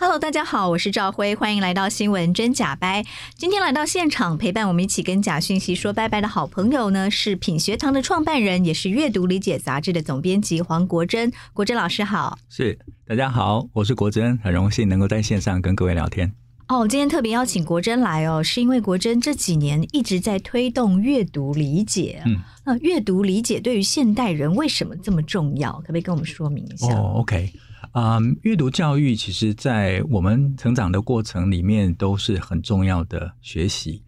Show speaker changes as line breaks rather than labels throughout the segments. Hello，大家好，我是赵辉，欢迎来到新闻真假掰。今天来到现场陪伴我们一起跟假讯息说拜拜的好朋友呢，是品学堂的创办人，也是阅读理解杂志的总编辑黄国珍。国珍老师好。
是，大家好，我是国珍，很荣幸能够在线上跟各位聊天。
哦，今天特别邀请国珍来哦，是因为国珍这几年一直在推动阅读理解。
嗯，
那阅读理解对于现代人为什么这么重要？可不可以跟我们说明一下？
哦、o k 啊、阅读教育其实，在我们成长的过程里面都是很重要的学习。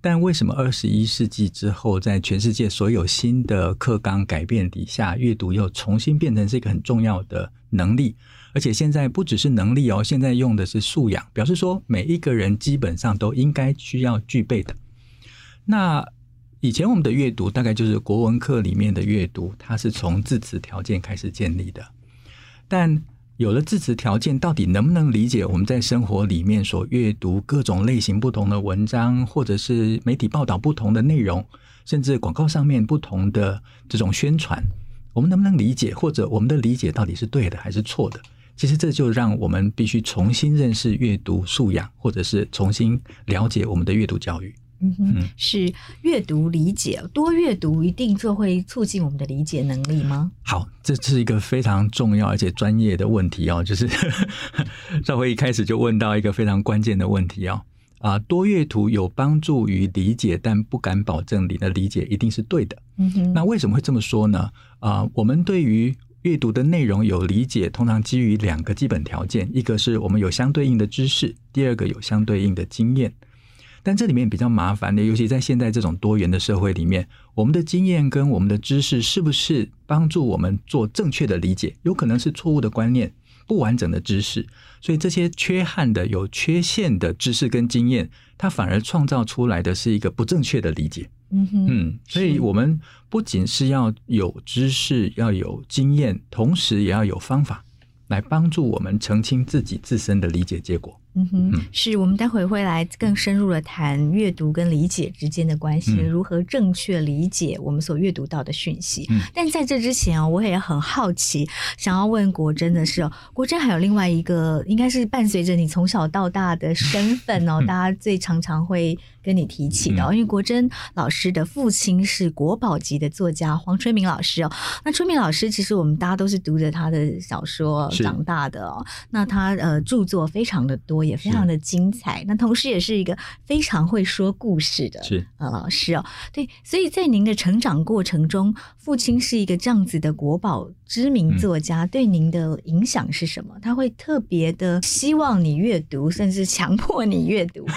但为什么二十一世纪之后，在全世界所有新的课纲改变底下，阅读又重新变成是一个很重要的能力？而且现在不只是能力哦，现在用的是素养，表示说每一个人基本上都应该需要具备的。那以前我们的阅读大概就是国文课里面的阅读，它是从字词条件开始建立的。但有了字词条件，到底能不能理解我们在生活里面所阅读各种类型不同的文章，或者是媒体报道不同的内容，甚至广告上面不同的这种宣传，我们能不能理解，或者我们的理解到底是对的还是错的？其实这就让我们必须重新认识阅读素养，或者是重新了解我们的阅读教育。
嗯哼
嗯，
是阅读理解，多阅读一定就会促进我们的理解能力吗？
好，这是一个非常重要而且专业的问题哦，就是 赵辉一开始就问到一个非常关键的问题哦。啊，多阅读有帮助于理解，但不敢保证你的理解一定是对的。
嗯哼，
那为什么会这么说呢？啊、我们对于阅读的内容有理解，通常基于两个基本条件，一个是我们有相对应的知识，第二个有相对应的经验。但这里面比较麻烦的，尤其在现在这种多元的社会里面，我们的经验跟我们的知识是不是帮助我们做正确的理解？有可能是错误的观念、不完整的知识，所以这些缺憾的、有缺陷的知识跟经验，它反而创造出来的是一个不正确的理解。
嗯哼，
嗯，所以我们不仅是要有知识，要有经验，同时也要有方法来帮助我们澄清自己自身的理解结果。
嗯哼
嗯，
是我们待会会来更深入的谈阅读跟理解之间的关系，
嗯
如何正确理解我们所阅读到的讯息。
嗯
但在这之前啊、我也很好奇，想要问国珍的是哦，国珍还有另外一个，应该是伴随着你从小到大的身份
嗯
哦，大家最常常会跟你提起的哦、因为国珍老师的父亲是国宝级的作家黄春明老师哦。那春明老师其实我们大家都是读着他的小说
是
长大的哦。那他呃著作非常的多，也非常的精彩。那同时也是一个非常会说故事的
是
呃老师哦。对，所以在您的成长过程中，父亲是一个这样子的国宝知
嗯
名作家，对您的影响是什么？他会特别的希望你阅读，甚至强迫你阅读 吗。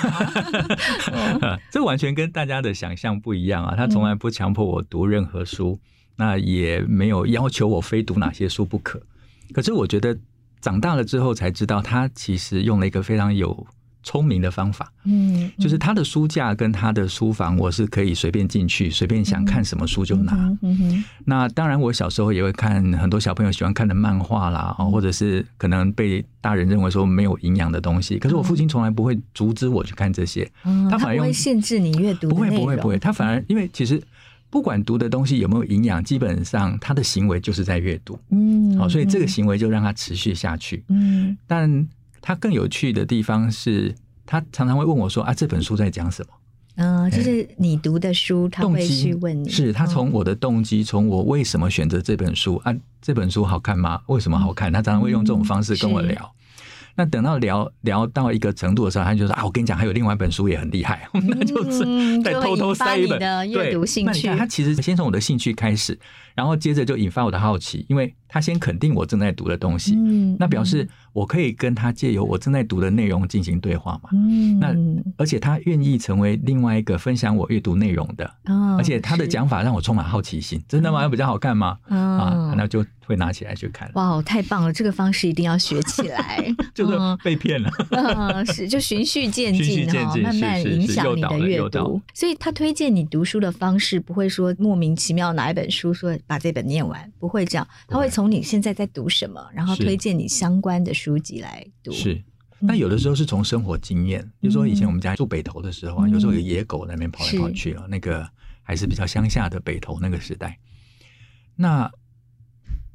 这完全跟大家的想象不一样啊！他从来不强迫我读任何书，那也没有要求我非读哪些书不可。可是我觉得长大了之后才知道，他其实用了一个非常有聪明的方法。
嗯，
就是他的书架跟他的书房，我是可以随便进去，随便想看什么书就拿。
嗯哼嗯哼
那当然，我小时候也会看很多小朋友喜欢看的漫画啦，
嗯
哦或者是可能被大人认为说没有营养的东西。可是我父亲从来不会阻止我去看这些，
嗯
他
他
反而
不
用
会限制你阅读的
不会
内
不会
容嗯
不会，他反而因为其实不管读的东西有没有营养，基本上他的行为就是在阅读，哦
嗯，
好，所以这个
嗯
行为就让他持续下去。
嗯
但他更有趣的地方是，他常常会问我说啊，这本书在讲什么？
嗯、呃就
哎
是你读的书，他
动
会
机
去问你，
是他
嗯
从我的动机，从我为什么选择这本书啊，这本书好看吗？为什么好看？他常常会用这种方式跟我
嗯是
聊。那等到聊聊到一个程度的时候，他就说啊，我跟你讲，还有另外一本书也很厉害， 那就是
嗯
再
就会
偷偷
引发
塞一
你
本
的阅
对
读兴
那你看
趣
他其实先从我的兴趣开始，然后接着就引发我的好奇，因为他先肯定我正在读的东西，
嗯
那表示我可以跟他借由我正在读的内容进行对话嘛。
嗯，
那
嗯
而且他愿意成为另外一个分享我阅读内容的，
哦
而且他的
是
讲法让我充满好奇心。真的吗？比较好看吗？
嗯
啊，那就会拿起来去看，，
哇哦，太棒了！这个方式一定要学起来
就是
嗯
被骗了。
嗯，是就循序渐
循序
进
渐
哈，
进
慢
是
慢
是
影
是
响
诱
你
导
的
了
阅
诱导
读。所以他推荐你读书的方式不会说莫名其妙拿一本书说把这本念完，不会这样，他会
对
从你现在在读什么，然后
是
推荐你相关的书籍来读。
是，
嗯
那有的时候是从生活经验，比如说以前我们家住北投的时候啊，有时候有野狗在那边跑来跑
嗯是
去啊，那个还是比较乡下的北投那个时代。那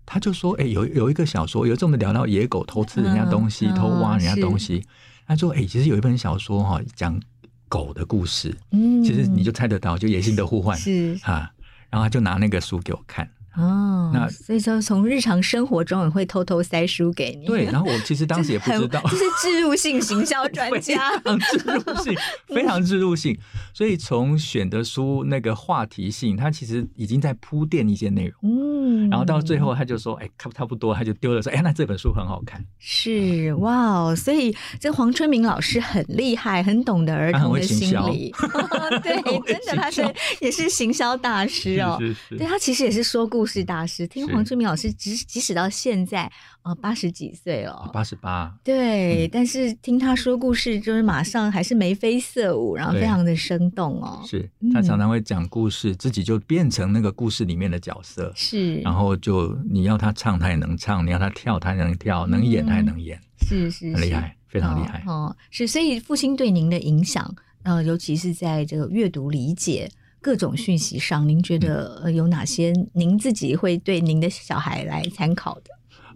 他就说，哎、有有一个小说，有一次我们聊到野狗偷吃人家东西，
嗯
偷挖
嗯
人家东
是
西，他说，哎、其实有一本小说哈、讲狗的故事，
嗯
其实你就猜得到，就野性的互换
是
啊。然后他就拿那个书给我看，
哦，
啊那
所以说从日常生活中也会偷偷塞书给你。
对，然后我其实当时也不知道，
嗯这是植入性行 销专家。
非常植入性，非常植入性。所以从选的书那个话题性，它其实已经在铺垫一些内容。
嗯，
然后到最后，他就说：“哎，差差不多。”他就丢了说：“哎，那这本书很好看，
是哇哦，所以这黄春明老师很厉害，很懂得儿
他很
童
会
的
行
心
销
理。 对，
很会
真的，他是
行销
也是行销大师哦。
是是
对
是，
他其实也是说故事大师。听
是
黄春明老师，即即使到现在，呃，八十几岁了，
哦
哦
八十八，
对，
嗯
但是听他说故事，就是马上还是眉飞色舞，然后非
对
常的生动哦。
是
嗯
他常常会讲故事，自己就变成那个故事里面的角色。
是，
然后就你要他唱，他也能唱；你要他跳，他也能跳；能演，他也能演，
是是
很厉
是
害，非常厉害。
嗯哦。哦是，所以父亲对您的影响，呃，尤其是在这个阅读理解各种讯息上，您
嗯
觉得呃有哪些您自己会对您的小孩来参考的？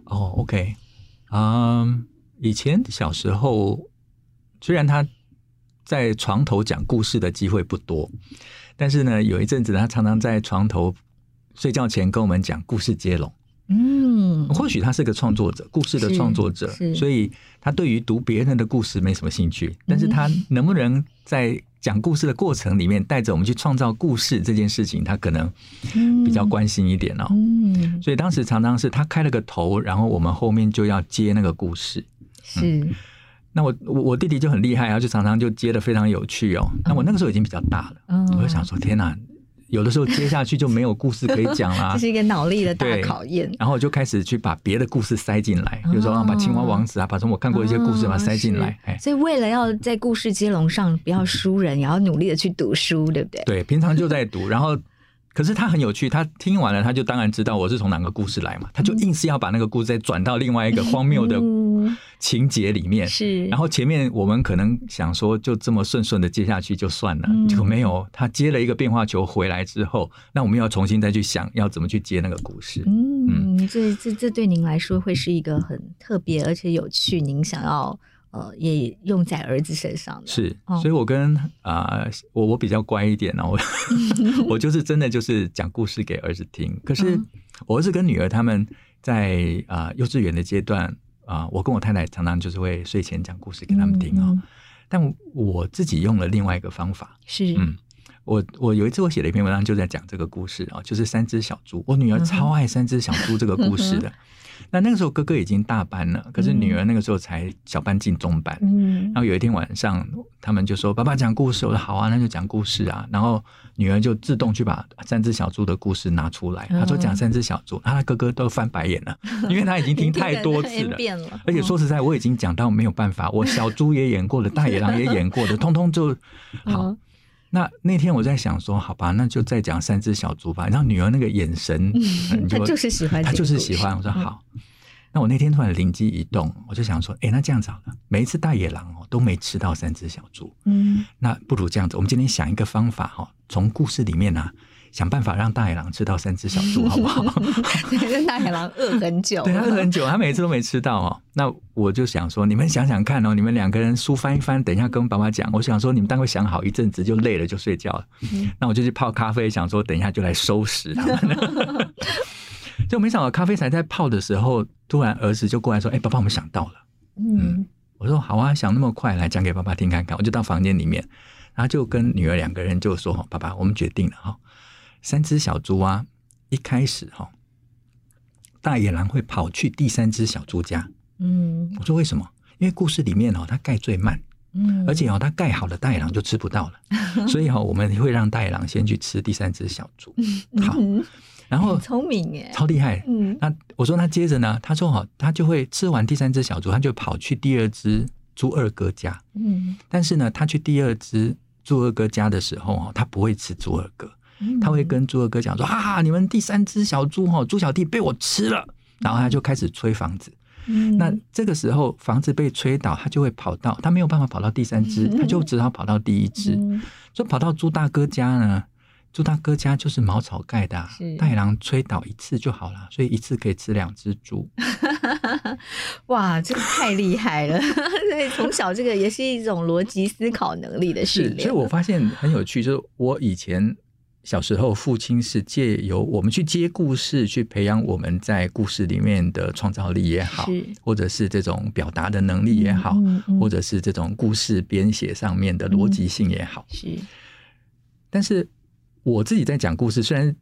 哦，OK，嗯，以前小时候，虽然他在床头讲故事的机会不多，但是呢，有一阵子他常常在床头睡觉前跟我们讲故事接龙。
嗯，
或许他是个创作者，故事的
是
创作者
是，嗯
所以他对于读别人的故事没什么兴趣，但是他能不能在讲故事的过程里面带着我们去创造故事这件事情，他可能比较关心一点哦。
嗯，
所以当时常常是他开了个头，然后我们后面就要接那个故事。
是
那我我我弟弟就很厉害啊，就常常就接的非常有趣哦。那我那个时候已经比较大了，
嗯
我就想说天哪，有的时候接下去就没有故事可以讲 啦
这。是一个脑力的大
啊对
考验。
然后我就开始去把别的故事塞进来，
哦
比如说啊，把青蛙王子啊，把从我看过一些故事把它
哦
塞进来
是。
哎，
所以为了要在故事接龙上不要输人，也要努力的去读书，对不对？
对，平常就在读，然后。可是他很有趣，他听完了，他就当然知道我是从哪个故事来嘛，他就硬是要把那个故事再转到另外一个荒谬的
嗯
情节里面，
是，
然后前面我们可能想说就这么顺顺的接下去就算了，
嗯
结果没有，他接了一个变化球回来之后，那我们要重新再去想要怎么去接那个故事。
嗯，这这这对您来说会是一个很特别而且有趣，您想要呃也用在儿子身上的。
是
哦，
所以我跟啊、呃我我比较乖一点 哦，我我就是真的就是讲故事给儿子听。可是
嗯
我儿子跟女儿他们在啊、呃幼稚园的阶段啊、我跟我太太常常就是会睡前讲故事给他们听哦。
嗯嗯
但我自己用了另外一个方法，
是，
嗯我我有一次我写了一篇文章，就在讲这个故事啊，就是三只小猪。我女
嗯
儿超爱三只小猪这个故事的。那那个时候哥哥已经大班了，可是女儿那个时候才小班进中班。
嗯
然后有一天晚上，他们就说：“爸爸讲故事。”我说：“好啊，那就讲故事啊。”然后女儿就自动去把三只小猪的故事拿出来。她
嗯
说：“讲三只小猪。”啊，她哥哥都翻白眼了，因为他已经听太多次了。
变了，
而且说实在，我已经讲到没有办法，我小猪也演过的，大野狼也演过的，通通就好。
嗯
那那天我在想说，好吧，那就再讲三只小猪吧。然后女儿那个眼神，呃你
他
会
嗯就是喜欢这个
她就是
故事嗯
喜欢。我说好。那我那天突然灵机一动，我就想说，哎、那这样子好了，每一次大野狼哦都没吃到三只小猪，
嗯
那不如这样子，我们今天想一个方法哈、哦，从故事里面啊，想办法让大野狼吃到三只小猪，好不好？
嗯，对，跟大野狼饿很久，
对他饿很久，他每次都没吃到哦。那我就想说，你们想想看哦，你们两个人书翻一翻，等一下跟爸爸讲。我想说，你们大概想好一阵子就累了就睡觉了。
嗯
那我就去泡咖啡，想说等一下就来收拾他 们。就没想到咖啡才在泡的时候，突然儿子就过来说：“哎、爸爸，我们想到了。”
嗯
我说：“好啊，想那么快，来讲给爸爸听看看。”我就到房间里面，然后就跟女儿两个人就说：“哦爸爸，我们决定了哈、三只小猪啊，一开始哈、大野狼会跑去第三只小猪家。
嗯
我说为什么？因为故事里面哦，它盖最慢，
嗯，
而且哦，它盖好了大野狼就吃不到了，所以哈、哦，我们会让大野狼先去吃第三只小猪。好，
嗯
然 后
很聪明耶
超厉害。
嗯，
那我说那接着呢，他说好，他就会吃完第三只小猪，他就跑去第二只猪二哥家。
嗯，
但是呢，他去第二只猪二哥家的时候哦，他不会吃猪二哥，
嗯
他会跟猪二哥讲说：“哈、哈，你们第三只小猪哦，猪小弟被我吃了。”然后他就开始吹房子。
嗯
那这个时候房子被吹倒，他就会跑到，他没有办法跑到第三只，他就只好跑到第一只。
嗯
所以跑到猪大哥家呢，猪大哥家就是茅草盖的、啊
是，
太郎吹倒一次就好了，所以一次可以吃两只猪。
哇，这个太厉害了！ 所以从小这个也是一种逻辑思考能力的训
所以
练。
我发现很有趣，就是我以前小时候，父亲是借由我们去接故事，去培养我们在故事里面的创造力也好
是，
或者是这种表达的能力也好，
嗯嗯嗯
或者是这种故事编写上面的逻辑性也好。
是
但是我自己在讲故事，虽然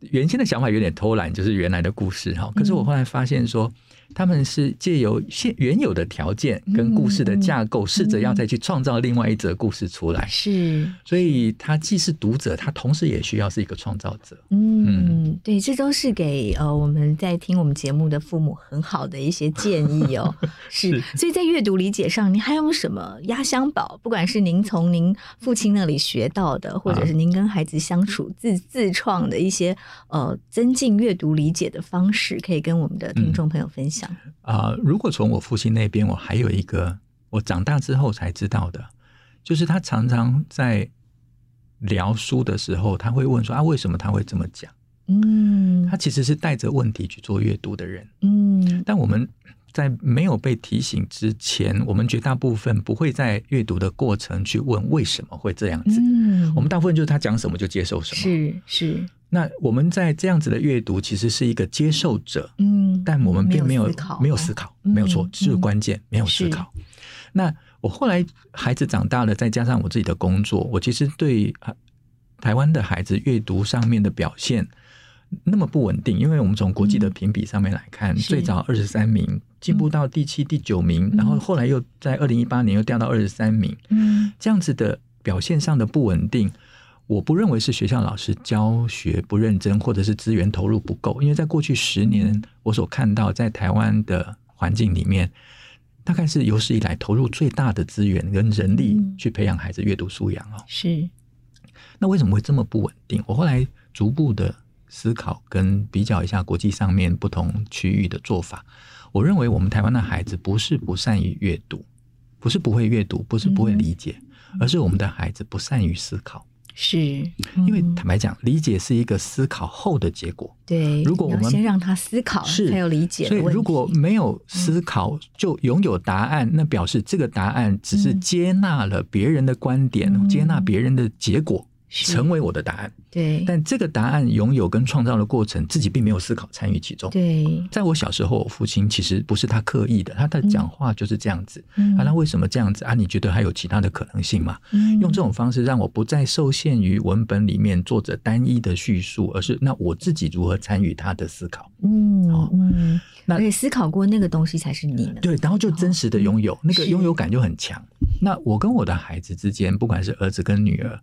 原先的想法有点偷懒，就是原来的故事哈，可是
嗯
我后来发现说，他们是借由现原有的条件跟故
嗯
事的架构，试着要再去创造另外一则故事出来。
是，
所以他既是读者，他同时也需要是一个创造者。
嗯，对，这都是给呃我们在听我们节目的父母很好的一些建议 哦。是，所以在阅读理解上，您还有什么压箱宝？不管是您从您父亲那里学到的，
啊
或者是您跟孩子相处自自创的一些呃增进阅读理解的方式，可以跟我们的听众
嗯
朋友分享。
啊、如果从我父亲那边，我还有一个我长大之后才知道的，就是他常常在聊书的时候，他会问说啊，为什么他会这么讲？
嗯
他其实是带着问题去做阅读的人。
嗯
但我们在没有被提醒之前，我们绝大部分不会在阅读的过程去问为什么会这样子。
嗯
我们大部分就是他讲什么就接受什么。
是是
那我们在这样子的阅读，其实是一个接受者，
嗯，
但我们并没有
思考，
没有思考，
嗯
没有错，这是
嗯
关键，没有思考。那我后来孩子长大了，再加上我自己的工作，我其实对啊台湾的孩子阅读上面的表现那么不稳定，因为我们从国际的评比上面来看，
嗯是嗯
最早二十三名进步到第七、第九名，然后后来又在二零一八年又掉到二十三名，
嗯
这样子的表现上的不稳定，我不认为是学校老师教学不认真，或者是资源投入不够。因为在过去十
嗯
年，我所看到在台湾的环境里面，大概是有史以来投入最大的资源跟人力
嗯
去培养孩子阅读素养哦。
是
那为什么会这么不稳定？我后来逐步的思考跟比较一下国际上面不同区域的做法，我认为我们台湾的孩子不是不善于阅读，不是不会阅读，不是
嗯
不会理解，而是我们的孩子不善于思考。
是，
因为
嗯
坦白讲，理解是一个思考后的结果，
对，
如果
你
我
要
们
先让他思考，
是
才有理解的
所以
问
如果嗯
题嗯
没有思考就拥有答案，那表示这个答案只是
嗯
接纳了别人的观点，
嗯
接纳别人的结果，
是
成为我的答案。
对
但这个答案拥有跟创造的过程，自己并没有思考参与其中。
对，
在我小时候，我父亲其实不是他刻意的，他的讲话就是这样子。
嗯
啊，那为什么这样子啊？你觉得还有其他的可能性吗？
嗯
用这种方式让我不再受限于文本里面作者单一的叙述，而是那我自己如何参与他的思考。
嗯
哦
嗯，
那
而且思考过那个东西才是你的，哦
对，然后就真实的拥有，那个
是
拥有感就很强。那我跟我的孩子之间，不管是儿子跟女儿，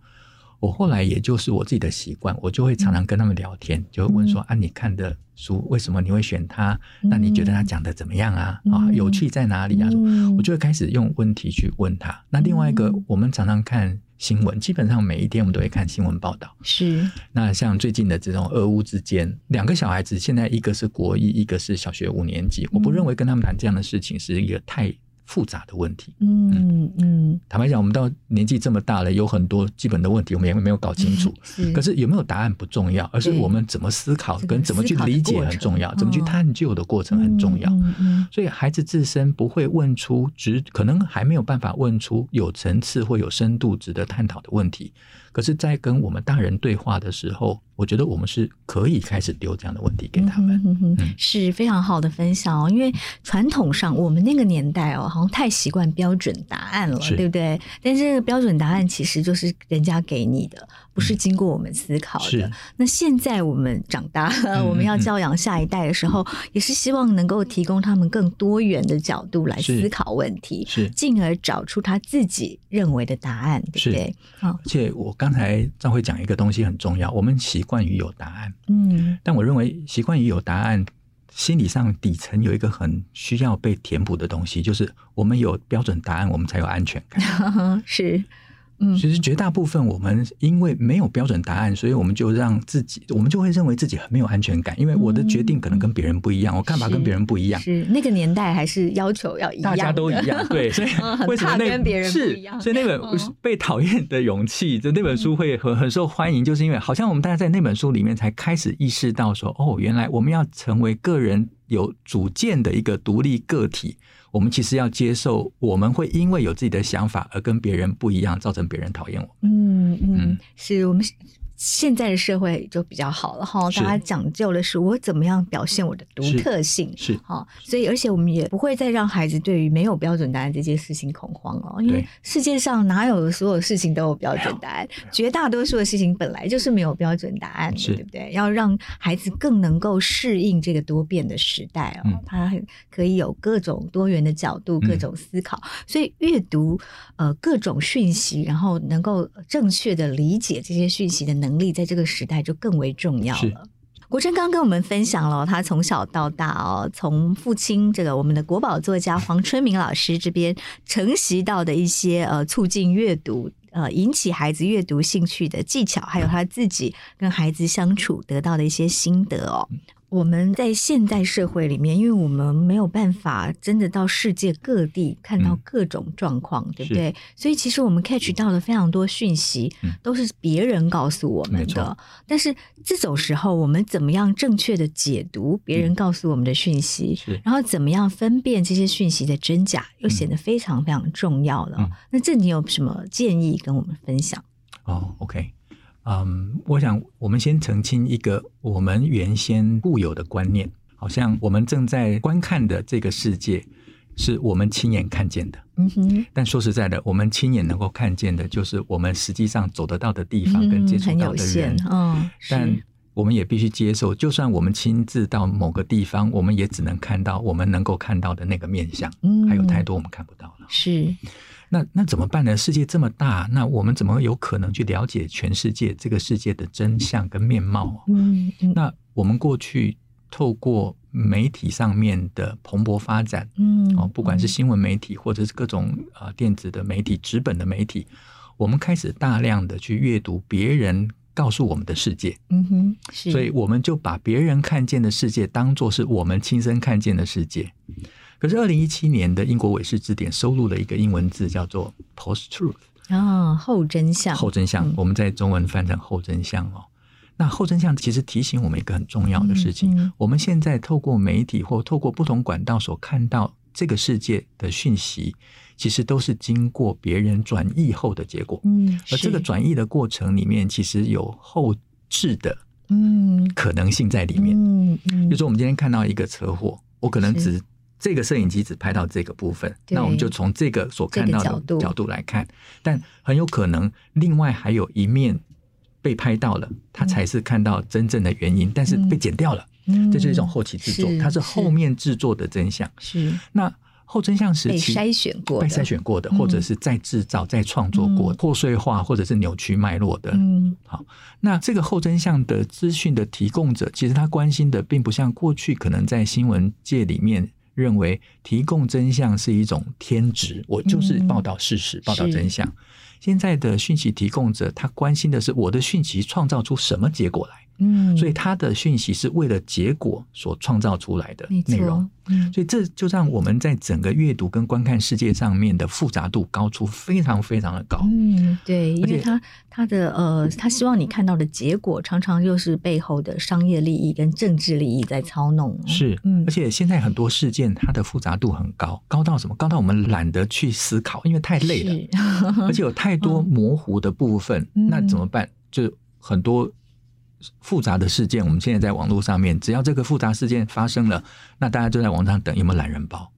我后来也就是我自己的习惯，我就会常常跟他们聊天，
嗯
就会问说、啊，你看的书为什么你会选它？那你觉得他讲的怎么样啊？啊，
嗯
有趣在哪里啊？
嗯
我就会开始用问题去问他。那另外一个
嗯，
我们常常看新闻，基本上每一天我们都会看新闻报道。
是
那像最近的这种俄乌之间，两个小孩子现在一个是国一，一个是小学五年级，我不
嗯
认为跟他们谈这样的事情是一个太复杂的问题。
嗯嗯
坦白讲，我们到年纪这么大了，有很多基本的问题我们也没有搞清楚。
是，
可是有没有答案不重要，而是
嗯对
我们怎么思考
这个
跟怎么去
思考的
理解
过程
很重要，
嗯
怎么去探究的过程很重要。
嗯嗯
所以孩子自身不会问出值，可能还没有办法问出有层次或有深度、值得探讨的问题。可是，在跟我们大人对话的时候，我觉得我们是可以开始丢这样的问题给他们。
嗯哼哼哼
嗯
是非常好的分享哦。因为传统上我们那个年代哦，好像太习惯标准答案了，
是
对不对？但是标准答案其实就是人家给你的，不是经过我们思考的
嗯是。
那现在我们长大了，
嗯
我们要教养下一代的时候，也是希望能够提供他们更多元的角度来
是
思考问题，
是
进而找出他自己认为的答案，对不
是
对？
而且我刚才张慧讲一个东西很重要，我们习惯于有答案，
嗯
但我认为习惯于有答案，心理上底层有一个很需要被填补的东西，就是我们有标准答案，我们才有安全感。
是，嗯
其实绝大部分我们因为没有标准答案，所以我们就让自己，我们就会认为自己很没有安全感，因为我的决定可能跟别人不一样，我看法
是
跟别人不一样。
是那个年代还是要求嗯要一样
大
的，
家都一 样，对，所以
嗯很
为什么
怕
那
跟别人不
是
一样
所以那本
嗯
被讨厌的勇气，就那本书会很很受欢迎，就是因为好像我们大家在那本书里面才开始意识到说，哦，原来我们要成为个人有主见的一个独立个体，我们其实要接受，我们会因为有自己的想法而跟别人不一样，造成别人讨厌我。
嗯嗯
嗯，
是我们现在的社会就比较好了哈，
是
大家讲究的是我怎么样表现我的独特性。
是
哈，所以而且我们也不会再让孩子对于没有标准答案这件事情恐慌了，因为
对
世界上哪有所有事情都有标准答案？绝大多数的事情本来就是没有标准答案的，
是
对不对？要让孩子更能够适应这个多变的时代哦，
嗯
他可以有各种多元的角度、各
嗯
种思考，所以阅读呃各种讯息，然后能够正确的理解这些讯息的能力，在这个时代就更为重要
是
了。国珍刚跟我们分享了他从小到大哦，从父亲这个我们的国宝作家黄春明老师这边呃承袭到的一些呃促进阅读。呃，引起孩子阅读兴趣的技巧，还有他自己跟孩子相处得到的一些心得哦。
嗯
我们在现代社会里面，因为我们没有办法真的到世界各地看到
嗯
各种状况，对不
是
对？所以其实我们 catch 到了非常多讯息，
嗯
都是别人告诉我们
没
的
错。
但是这种时候，我们怎么样正确的解读别人告诉我们的讯息，
是
然后怎么样分辨这些讯息的真假，又显得非常非常重要了哦。
嗯
那这你有什么建议跟我们分享？
哦，OK，嗯，我想我们先澄清一个我们原先固有的观念，好像我们正在观看的这个世界是我们亲眼看见的。
嗯哼，
但说实在的，我们亲眼能够看见的，就是我们实际上走得到的地方跟接
嗯，
触
很
到
有
的
限
人。，
嗯，
但
是
我们也必须接受，就算我们亲自到某个地方，我们也只能看到我们能够看到的那个面相，
嗯
还有太多我们看不到了。
是，
那那怎么办呢？世界这么大，那我们怎么有可能去了解全世界这个世界的真相跟面貌哦？
嗯嗯
那我们过去透过媒体上面的蓬勃发展，
嗯，
哦，不管是新闻媒体或者是各种啊、呃电子的媒体、纸本的媒体，我们开始大量的去阅读别人告诉我们的世界，
嗯哼，是，
所以我们就把别人看见的世界当做是我们亲身看见的世界。可是，二零一七年的英国韦氏字典收录了一个英文字，叫做 “post truth”。
啊，后真相，
后真相
嗯，
我们在中文翻成后真相哦。那后真相其实提醒我们一个很重要的事情：
嗯嗯
我们现在透过媒体或透过不同管道所看到这个世界的讯息，其实都是经过别人转译后的结果。
嗯，
而这个
是，
转译的过程里面，其实有后置的
嗯，
可能性在里面。
嗯嗯，
比如说，我们今天看到一个车祸，我可能
是
只这个摄影机只拍到这个部分，
对
那我们就从这个所看到
这个角度
的角度来看，但很有可能另外还有一面被拍到了，它才是看到真正的原因，但是被剪掉了，
嗯
这就是一种后期制作，
是
它是后面制作的真相。
是
那后真相时
被
期
筛选过的，
被筛选过的，
嗯
或者是再制造、再创作过、
嗯
破碎化或者是扭曲脉络的，
嗯
那这个后真相的资讯的提供者，其实他关心的并不像过去可能在新闻界里面认为提供真相是一种天职，我就是报道事
嗯
实、报道真相。现在的讯息提供者，他关心的是我的讯息创造出什么结果来，
嗯，
所以他的讯息是为了结果所创造出来的
没
内容
错。，嗯
所以这就让我们在整个阅读跟观看世界上面的复杂度高出非常非常的高。
嗯，对，因
而
为
且
他他的呃，他希望你看到的结果，常常又是背后的商业利益跟政治利益在操弄。
是，
嗯
而且现在很多事件它的复杂度很高，高到什么？高到我们懒得去思考，因为太累了，
了，
而且有太多模糊的部分，
嗯，
那怎么办？就很多复杂的事件，我们现在在网络上面，只要这个复杂事件发生了，那大家就在网上等有没有懒人包。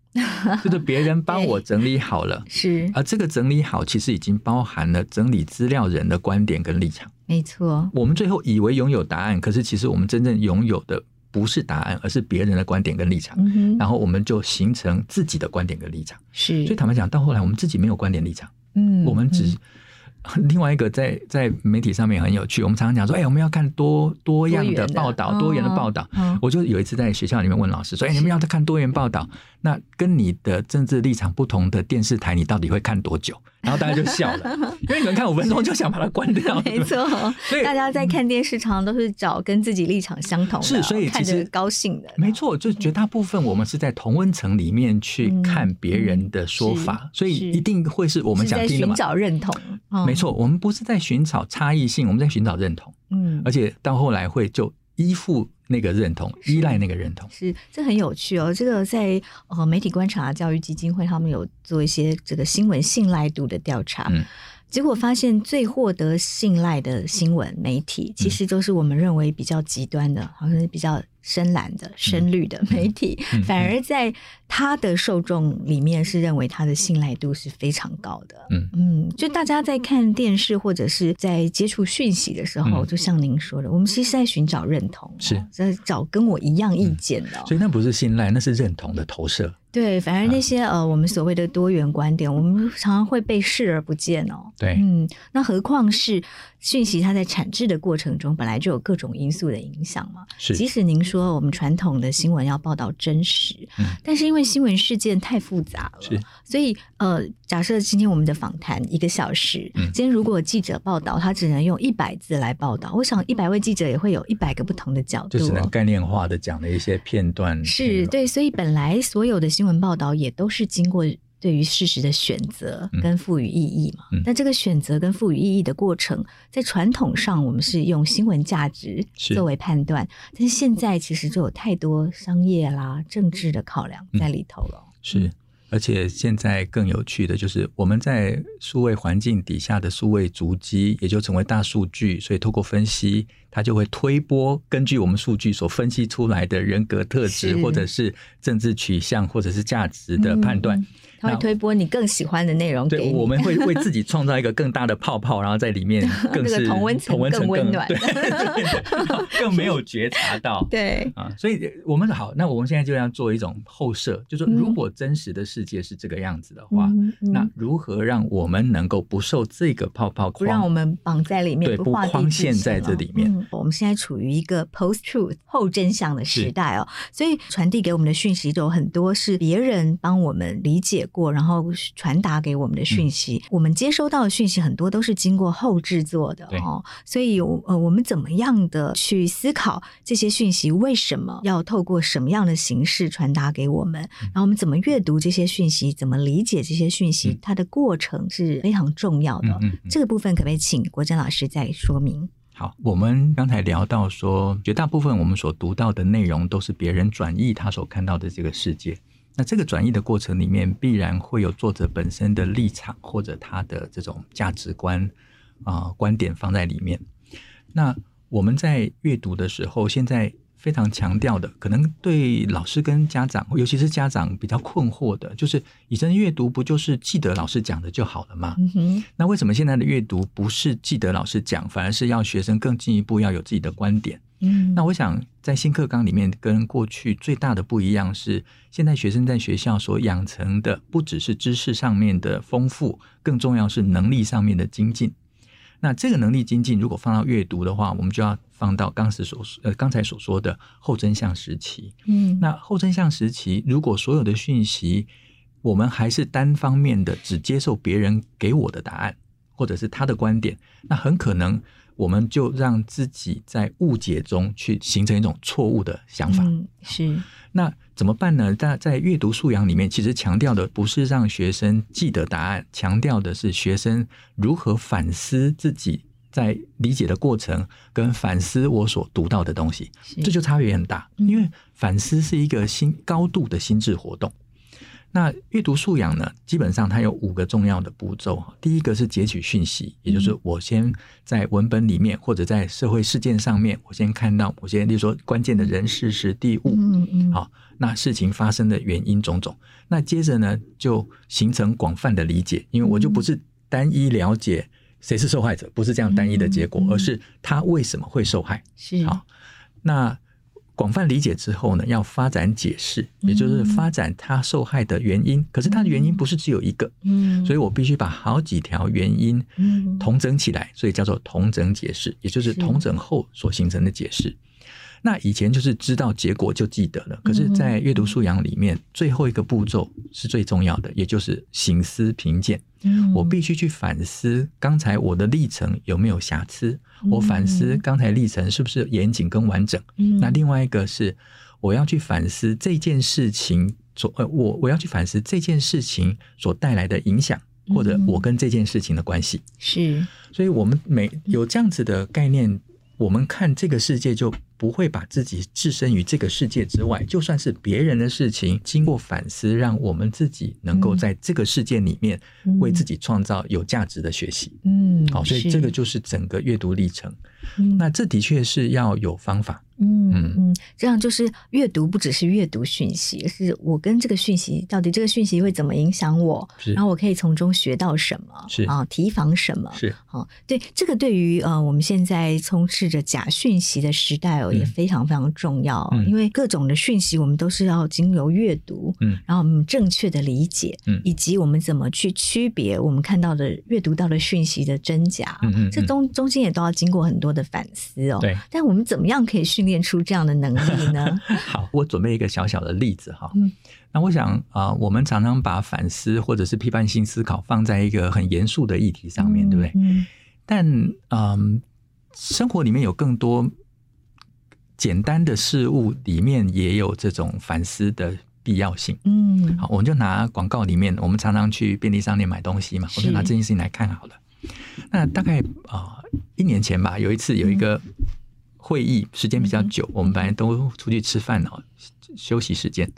就是别人帮我整理好了
是
而这个整理好其实已经包含了整理资料人的观点跟立场。
没错，
我们最后以为拥有答案，可是其实我们真正拥有的不是答案，而是别人的观点跟立场。
嗯哼，
然后我们就形成自己的观点跟立场。
是，
所以坦白讲，到后来我们自己没有观点立场，
嗯，
我们只
嗯
是。 另外一个在在媒体上面很有趣，我们常常讲说，哎、我们要看多多样
元
的
的
报道，多元的报道。
嗯
我就有一次在学校里面问老师说，哎、你们要看多元报道，那跟你的政治立场不同的电视台，你到底会看多久？然后大家就笑 了，因为你们看五分钟就想把它关掉，
没错
所，以
大家在看电视，常常都是找跟自己立场相同的，
是所以
看
其实
着高兴的，
没错，就绝大部分我们是在同温层里面去看别人的说法，
嗯
所以
是
一定会是我们
是
想
在
听的
寻。
嘛
找认同，嗯
没，错，我们不是在寻找差异性，我们在寻找认同，
嗯
而。且到后来会就依附那个认同，依赖那个认同。
是，这很有趣哦。这个在呃媒体观察教育基金会，他们有做一些这个新闻信赖度的调查，
嗯
结果发现最获得信赖的新闻媒体，
嗯
其实就是我们认为比较极端的，好像是比较深蓝的、深绿的媒体，
嗯
反而在他的受众里面是认为他的信赖度是非常高的。
嗯
嗯，就大家在看电视或者是在接触讯息的时候，
嗯
就像您说的，我们其实在寻找认同，哦
是
在找跟我一样意见的哦、
所以那不嗯是信赖，那是认同的投射。
对，反而那些、
啊
呃，我们所谓的多元观点，我们常常会被视而不见哦。
对
嗯，那何况是讯息它在产制的过程中，本来就有各种因素的影响嘛。即
是
使您说我们传统的新闻要报道真实，
嗯
但是因为新闻事件太复杂了
是，
所以呃，假设今天我们的访谈一个小时，
嗯
今天如果记者报道，他只能用一百字来报道，我想一百位记者也会有一百个不同的角度、
就
哦，
只能概念化的讲了一些片段。
是对，所以本来所有的新闻报道也都是经过对于事实的选择
嗯
跟赋予意义嘛。
嗯
但这个选择跟赋予意义的过程，在传统上我们是用新闻价值
是
作为判断，但是现在其实就有太多商业啦、政治的考量
嗯
在里头了。
是，而且现在更有趣的就是，我们在数位环境底下的数位足迹，也就成为大数据，所以透过分析，它就会推波，根据我们数据所分析出来的人格特质，
是
或者是政治取向，或者是价值的判断。
嗯他会
那
推播你更喜欢的内容给
对，
你，
我们会 为自己创造一个更大的泡泡，然后在里面更
那
是
个同温层更
层
温暖
对， 对对更没有觉察到。
对
啊，所以我们好，那我们现在就要做一种后设，就说如果真实的世界是这个样子的话，
嗯嗯
那如何让我们能够不受这个泡泡
不让我
框？
们绑在里面，
对
画地
不框
自
限
限
在这
了
里面
嗯我们现在处于一个 post truth 后真相的时
是
代哦，所以传递给我们的讯息都有很多是别人帮我们理解过，然后传达给我们的讯息。
嗯
我们接收到的讯息很多都是经过后制作的
对
哦，所以有呃，我们怎么样的去思考这些讯息为什么要透过什么样的形式传达给我们？
嗯
然后我们怎么阅读这些讯息，怎么理解这些讯息
嗯，
它的过程是非常重要的。
嗯嗯嗯
这个部分可不可以请国珍老师再说明？
好，我们刚才聊到说，绝大部分我们所读到的内容都是别人转译他所看到的这个世界。那这个转译的过程里面，必然会有作者本身的立场或者他的这种价值观啊、观点放在里面。那我们在阅读的时候，现在非常强调的，可能对老师跟家长，尤其是家长比较困惑的，就是以前阅读不就是记得老师讲的就好了吗？
嗯哼，
那为什么现在的阅读不是记得老师讲，反而是要学生更进一步要有自己的观点？
嗯，
那我想在新课纲里面跟过去最大的不一样是，现在学生在学校所养成的不只是知识上面的丰富，更重要是能力上面的精进。那这个能力精进，如果放到阅读的话，我们就要放到刚时所呃刚才所说的后真相时期。
嗯，
那后真相时期，如果所有的讯息我们还是单方面的只接受别人给我的答案，或者是他的观点，那很可能我们就让自己在误解中去形成一种错误的想法。
嗯是
那怎么办呢？在在阅读素养里面，其实强调的不是让学生记得答案，强调的是学生如何反思自己在理解的过程，跟反思我所读到的东西。
是，
这就差别很大，
嗯
因为反思是一个心高度的心智活动。那阅读素养呢，基本上它有五个重要的步骤。第一个是截取讯息，也就是
嗯
我先在文本里面或者在社会事件上面，我先看到某些，例如说关键的人、事、时、地、物，
嗯嗯，
好，那事情发生的原因种种。那接着呢，就形成广泛的理解，因为我就
嗯
不是单一了解谁是受害者，不是这样单一的结果
嗯嗯，嗯
而是他为什么会受害。
是，
好那广泛理解之后呢，要发展解释，
嗯
也就是发展他受害的原因。可是他的原因不是只有一个，
嗯，
所以我必须把好几条原因
嗯
统整起来，所以叫做统整解释，也就是
是
统整后所形成的解释。那以前就是知道结果就记得
嗯
了，可是，在阅读素养里面，最后一个步骤是最重要的，也就是醒思评鉴。
嗯
我必须去反思刚才我的历程有没有瑕疵，
嗯
我反思刚才历程是不是严谨跟完整。
嗯
那另外一个是，我要去反思这件事情所，呃，我我要去反思这件事情所带来的影响，或者
嗯
我跟这件事情的关系。
是
所以，我们每有这样子的概念，我们看这个世界就不会把自己置身于这个世界之外。就算是别人的事情，经过反思，让我们自己能够
嗯
在这个世界里面
嗯
为自己创造有价值的学习。
嗯，
好，所以
是
这个就是整个阅读历程。
嗯
那这的确是要有方法。
嗯
嗯
嗯，这样就是阅读不只是阅读讯息，而是我跟这个讯息到底这个讯息会怎么影响我，
是
然后我可以从中学到什么，
是
啊，提防什么。
是
哦，对，这个对于呃我们现在充斥着假讯息的时代哦，也
嗯
非常非常重要哦、
嗯
因为各种的讯息我们都是要经由阅读，
嗯，
然后我们正确的理解，
嗯
以及我们怎么去区别我们看到的阅读到的讯息的真假，
嗯嗯嗯
这中中间也都要经过很多的反思哦。
对，
但我们怎么样可以训练出这样的能力呢？
好，我准备一个小小的例子哈。
嗯
那我想啊、呃我们常常把反思或者是批判性思考放在一个很严肃的议题 上面，对不对？
嗯
但嗯、生活里面有更多简单的事物，里面也有这种反思的必要性。
嗯，
好，我们就拿广告里面，我们常常去便利商店买东西嘛，
是
我们就拿这件事情来看好了。那大概啊、呃一年前吧，有一次
嗯
有一个会议，时间比较久，我们本来都出去吃饭哦，休息时间。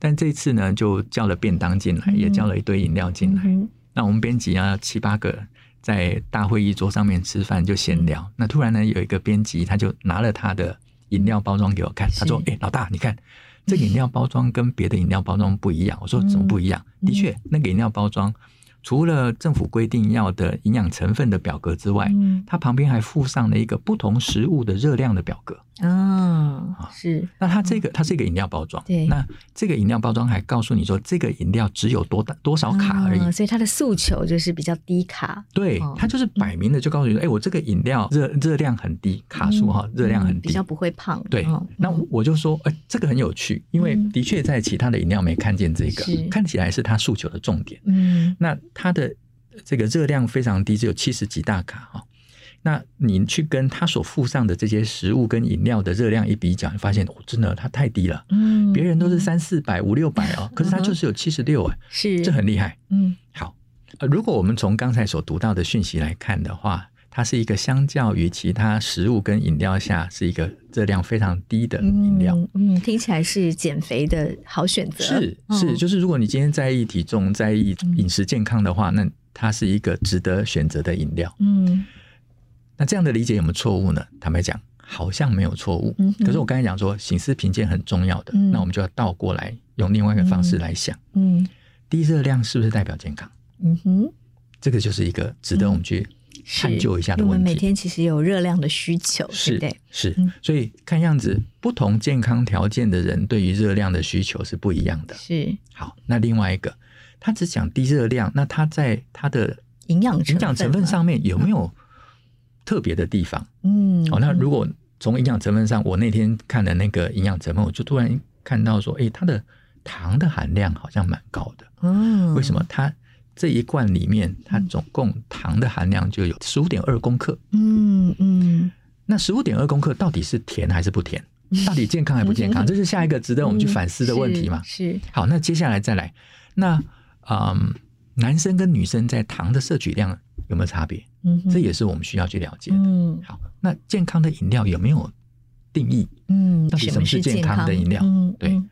但这次呢，就叫了便当进来，
嗯
也叫了一堆饮料进来。
嗯
那我们编辑啊，七八个在大会议桌上面吃饭就闲聊。那突然呢，有一个编辑他就拿了他的饮料包装给我看，他说
是：“
哎、老大，你看这个饮料包装跟别的饮料包装不一样。”我说：“怎么不一样？”
嗯
的确，那个饮料包装除了政府规定要的营养成分的表格之外，
嗯
它旁边还附上了一个不同食物的热量的表格。
啊，是
那它这个它是一个饮料包装，
对
那这个饮料包装还告诉你说这个饮料只有多大多少卡而已。
啊所以他的诉求就是比较低卡，
对
哦，
它就是摆明的就告诉你，哎、我这个饮料热热量很低，卡数哈
嗯
热量很
嗯
低。
比较不会胖。
对
嗯，
那
嗯
我就说，哎、这个很有趣，因为
嗯
的确在其他的饮料没看见这个
是，
看起来是它诉求的重点。
嗯
那它的这个热量非常低，只有七十几大卡哈。那你去跟它所附上的这些食物跟饮料的热量一比较，你发现哦，真的它太低了。
嗯，
别人都是三四百、五六百哦，可是它就是有七十六哎，
是
这很厉害。
嗯
好，呃，如果我们从刚才所读到的讯息来看的话，它是一个相较于其他食物跟饮料下是一个热量非常低的饮料。
嗯嗯，听起来是减肥的好选择。
是
嗯
是，就是如果你今天在意体重、在意
嗯
饮食健康的话，那它是一个值得选择的饮料。
嗯
那这样的理解有没有错误呢？坦白讲，好像没有错误。
嗯哼
可是我刚才讲说，形式评鉴很重要的，
嗯
那我们就要倒过来用另外一个方式来想：
嗯
低热量是不是代表健康？
嗯哼，
这个就是一个值
嗯
得我们去
是
探究一下
因
的
为我
问
们
题。
每天其实有热量的需求，对
是
不对？
是
嗯，
所以看样子不同健康条件的人对于热量的需求是不一样的。
是
好，那另外一个，他只讲低热量，那他在他的
营养
营养成分
嘛，
上面有没有特别的地方？
嗯，
哦，那如果从营养成分上，我那天看的那个营养成分，我就突然看到说，诶，它的糖的含量好像蛮高的。
嗯
为什么？？它这一罐里面，它
嗯
总共糖的含量就有十五点二公克。
嗯嗯，
那十五点二公克到底是甜还是不 甜？到底健康还不健康？这是下一个值得我们去反思的问题嘛？
嗯是，是
好，那接下来再来，那嗯，男生跟女生在糖的摄取量有没有差别？
嗯哼，
这也是我们需要去了解的。
嗯
好，那健康的饮料有没有定义？
嗯，
到底什么是健康的饮料
嗯，
对
嗯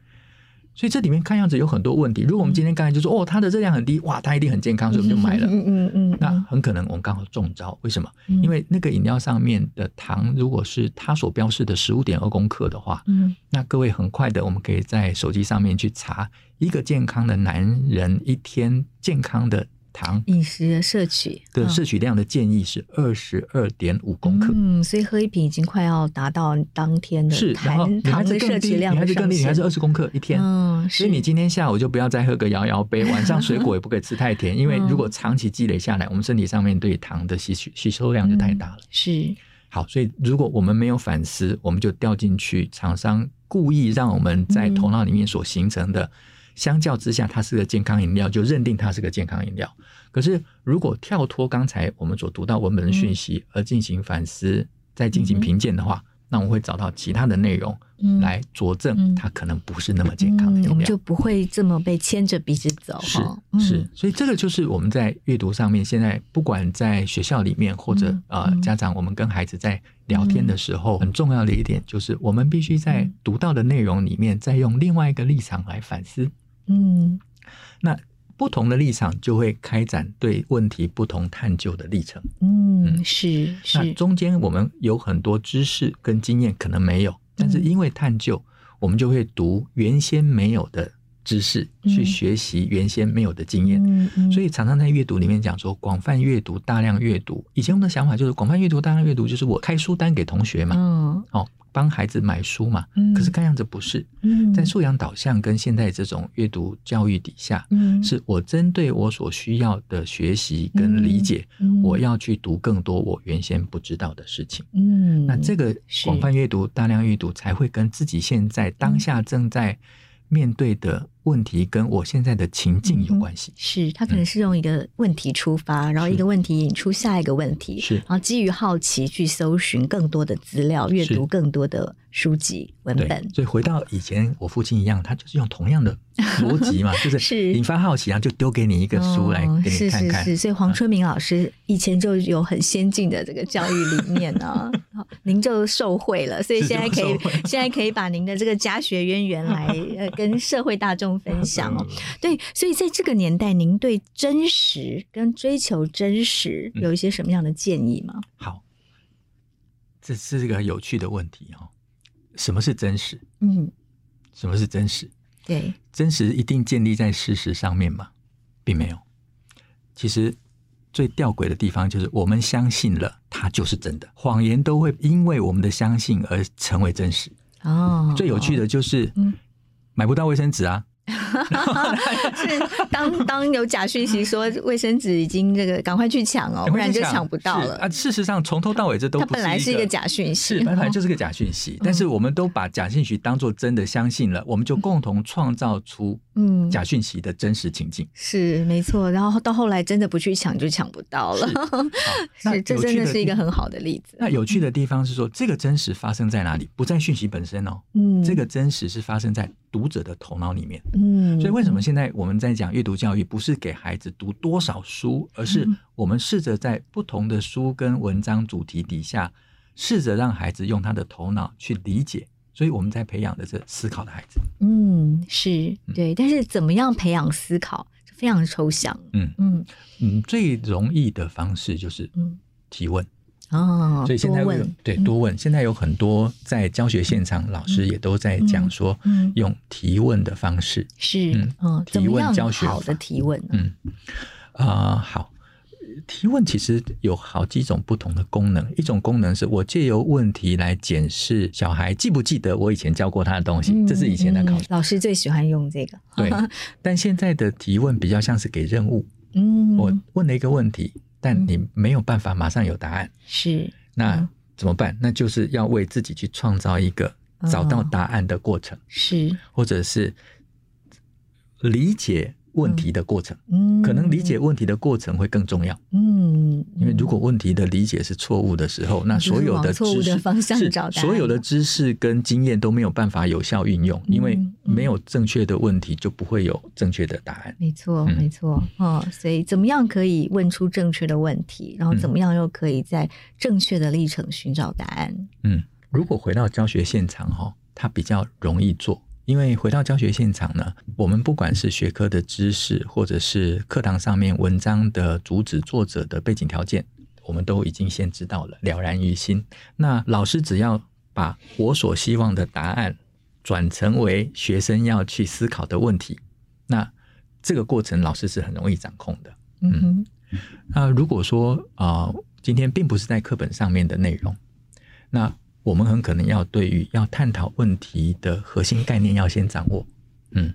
所以这里面看样子有很多问题。如果我们今天刚才就说哦，它的热量很低，哇，它一定很健康，所以我们就买了。
嗯嗯嗯，
那很可能我们刚好中招，为什么？
嗯
因为那个饮料上面的糖，如果是它所标示的十五点二公克的话，
嗯
那各位很快的，我们可以在手机上面去查一个健康的男人一天健康的糖
饮食的摄取
的
嗯
摄取量的建议是二十二点五公克。
嗯，所以喝一瓶已经快要达到当天
是，
的
然后
含
女孩
糖
子
的
更
摄
低，
取
女
量
孩
的
子更
上
低，女孩
限
子。二十公克一天。
嗯，
所以你今天下午就不要再喝个摇 摇杯，晚上水果也不可以吃太甜，因
嗯
为如果长期积累下来，我们身体上面对糖的吸取吸收量就太大了。
是
好，所以如果我们没有反思，我们就掉进去厂商故意让我们在
嗯
头脑里面所形成的，相较之下它是个健康饮料，就认定它是个健康饮料。可是如果跳脱刚才我们所读到文本的
嗯
讯息而进行反思，再进行评鉴的话，那我们会找到其他的内容
嗯
来佐证
嗯
它可能不是那么健康的
嗯
饮
我们
料。
就不会这么被牵着鼻子走
是
哈。
是
嗯，，
所以这个就是我们在阅读上面，现在不管在学校里面或者
嗯
啊、呃
嗯
家长，我们跟孩子在聊天的时候，很重要的一点就是，我们必须在
嗯
读到的内容里面，再用另外一个立场来反思。
嗯
那不同的立场就会开展对问题不同探究的历程。
嗯，是
那
是，
中间我们有很多知识跟经验可能
嗯
没有，但是因为探究，我们就会读原先没有的知识，去
嗯
学习原先没有的经验。
嗯嗯
所以常常在阅读里面讲说，广泛阅读、大量阅读。以前我们的想法就是，广泛阅读、大量阅读就是我开书单给同学嘛，
嗯
哦，帮孩子买书嘛。
嗯
可是看样子不是，
嗯，
在素养导向跟现在这种阅读教育底下，
嗯
是我针对我所需要的学习跟理解，
嗯
我要去读更多我原先不知道的事情。
嗯，
那这个
是
广泛阅读、大量阅读，才会跟自己现在
嗯
当下正在面对的问题，跟我现在的情境有
嗯哼
关系。
是他可能是用一个问题出发，然后一
是
个问题引出下一个问题，
是
然后基于好奇去搜寻更多的资料，阅
是
读更多的书籍文
对，
本。
所以回到以前我父亲一样，他就是用同样的逻 辑嘛，就是
是
引发好奇，然后就丢给你一个书来
哦
给你看嗯看。
是是是，所以黄春明老师以前就有很先进的这个教育理念呢、 好您就受惠了，所以
是
现在可以
就受惠
现在可以把您的这个家学渊源来呃跟社会大众分享
嗯
哦。 对，所以在这个年代，您对真实跟追求真实
嗯
有一些什么样的建议吗？
好，这是一个有趣的问题哦。什么是真实？
嗯，
什么是真实？
对，
真实一定建立在事实上面吗？并没有。其实最吊诡的地方就是，我们相信了它就是真的，谎言都会因为我们的相信而成为真实。
哦，
最有趣的就是，
嗯
买不到卫生纸啊，
是当当有假讯息说卫生纸已经这个赶快去抢哦，
哎
不
我
然
在
就
想
抢不到
是
了。
啊。事实上，从头到尾这都
它
不
本来是
是
一个假讯息，
是本来
哦
就是个假讯息，但是我们都把假讯息当做真的相信了，我们就共同创造出
嗯
假讯息的真实情境。
是没错。然后到后来真的不去抢就抢不到 了，
好
是这真的是一个。
那有趣
很嗯好的例子。
那有趣的地方是说，这个真实发生在哪里？不在讯息本身哦，
嗯，
这个真实是发生在读者的头脑里面。
嗯，
所以为什么现在我们在讲阅读教育，不是给孩子读多少书，而是
嗯
我们试着在不同的书跟文章主题底下，试着让孩子用他的头脑去理解。所以我们在培养的是思考的孩子。
嗯是对，但是怎么样培养思考非常抽象。
嗯
嗯
嗯，最容易的方式就是
嗯
提问。
哦，
所以现在
多
会有
问
对多问，现在有很多在教学现场，老师也都在讲说
嗯嗯
用提问的方式。
是
嗯
嗯，怎
提
么
问
样
教学
好的
法
提问呢？
嗯，啊、好，提问其实有好几种不同的功能，一种功能是我借由问题来检视小孩记不记得我以前教过他的东西，这是以前的考
嗯。老嗯师最喜欢用这个。
对， 但现在的提问比较像是给任务，
嗯，
我问了一个问题，但你没有办法马上有答案，
是
那
嗯
怎么办？那就是要为自己去创造一个找到
嗯
答案的过程，
是，
或者是理解问题的过程。
嗯，
可能理解，问题的过程会更重要，
嗯，
因为如果问题的理解是错误的时候，那所有的
就是往错误
知识
的方向
是
找答案
所有的知识跟经验都没有办法有效运用，因为
嗯嗯
没有正确的问题就不会有正确的答案。
没错，
嗯
没错，哦，所以怎么样可以问出正确的问题，然后怎么样又可以在正确的历程寻找答案？
嗯，如果回到教学现场哈，它比较容易做，因因为回到教学现场呢，我们不管是学科的知识，或者是课堂上面文章的主旨、作者的背景条件，我们都已经先知道了，了然于心。那老师只要把我所希望的答案转成为学生要去思考的问题，那这个过程老师是很容易掌控的。
嗯哼，
那如果说啊、呃今天并不是在课本上面的内容，那我们很可能要对于要探讨问题的核心概念要先掌握，嗯，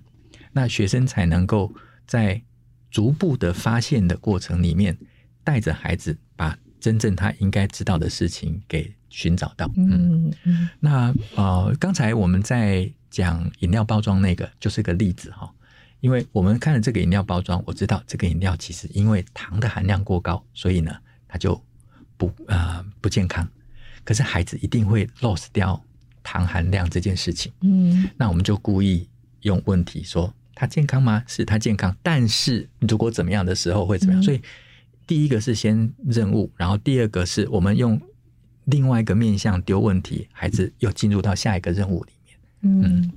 那学生才能够在逐步的发现的过程里面，带着孩子把真正他应该知道的事情给寻找到，
嗯嗯
那呃，刚才我们在讲饮料包装那个就是个例子哈，因为我们看了这个饮料包装，我知道这个饮料其实因为糖的含量过高，所以呢，它就不呃不健康。可是孩子一定会 lose 掉糖含量这件事情，
嗯
那我们就故意用问题说它健康吗？是它健康，但是如果怎么样的时候会怎么样？
嗯
所以第一个是先任务，然后第二个是我们用另外一个面向丢问题，孩子又进入到下一个任务里面。
嗯，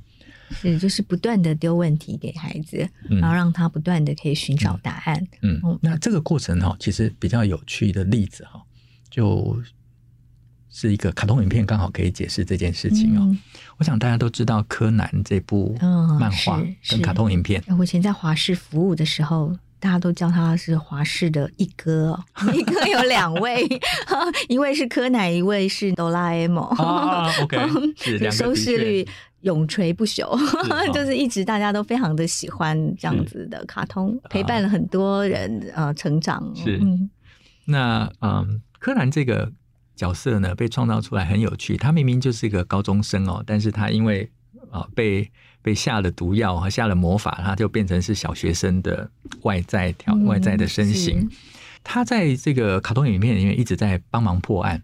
是就是不断的丢问题给孩子，然后
嗯
让他不断的可以寻找答案。
嗯，那这个过程哈、其实比较有趣的例子哈、就是一个卡通影片，刚好可以解释这件事情哦。
嗯
我想大家都知道柯南这部
嗯
漫画
是是
跟卡通 影片，
哎我以前在华视服务的时候，大家都叫他是华视的一哥哦， 一哥有两位， 一位是柯南，一位是哆啦 A 梦。
啊，OK，是两个
收视
的确
率永垂不朽，
哦
就是一直大家都非常的喜欢这样子的卡通，陪伴了很多人呃成长。
嗯是
嗯
那嗯，柯南这个角色呢，被创造出来很有趣。他明明就是一个高中生哦，但是他因为啊、被被下了毒药和下了魔法，他就变成是小学生的外在条、
嗯
外在的身形。他在这个卡通影片里面一直在帮忙破案。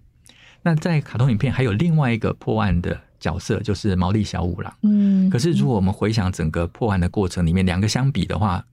那在卡通影片还有另外一个破案的角色，就是毛利小五郎。
嗯，
可是，如果我们回想整个破案的过程里面，两个相比的话，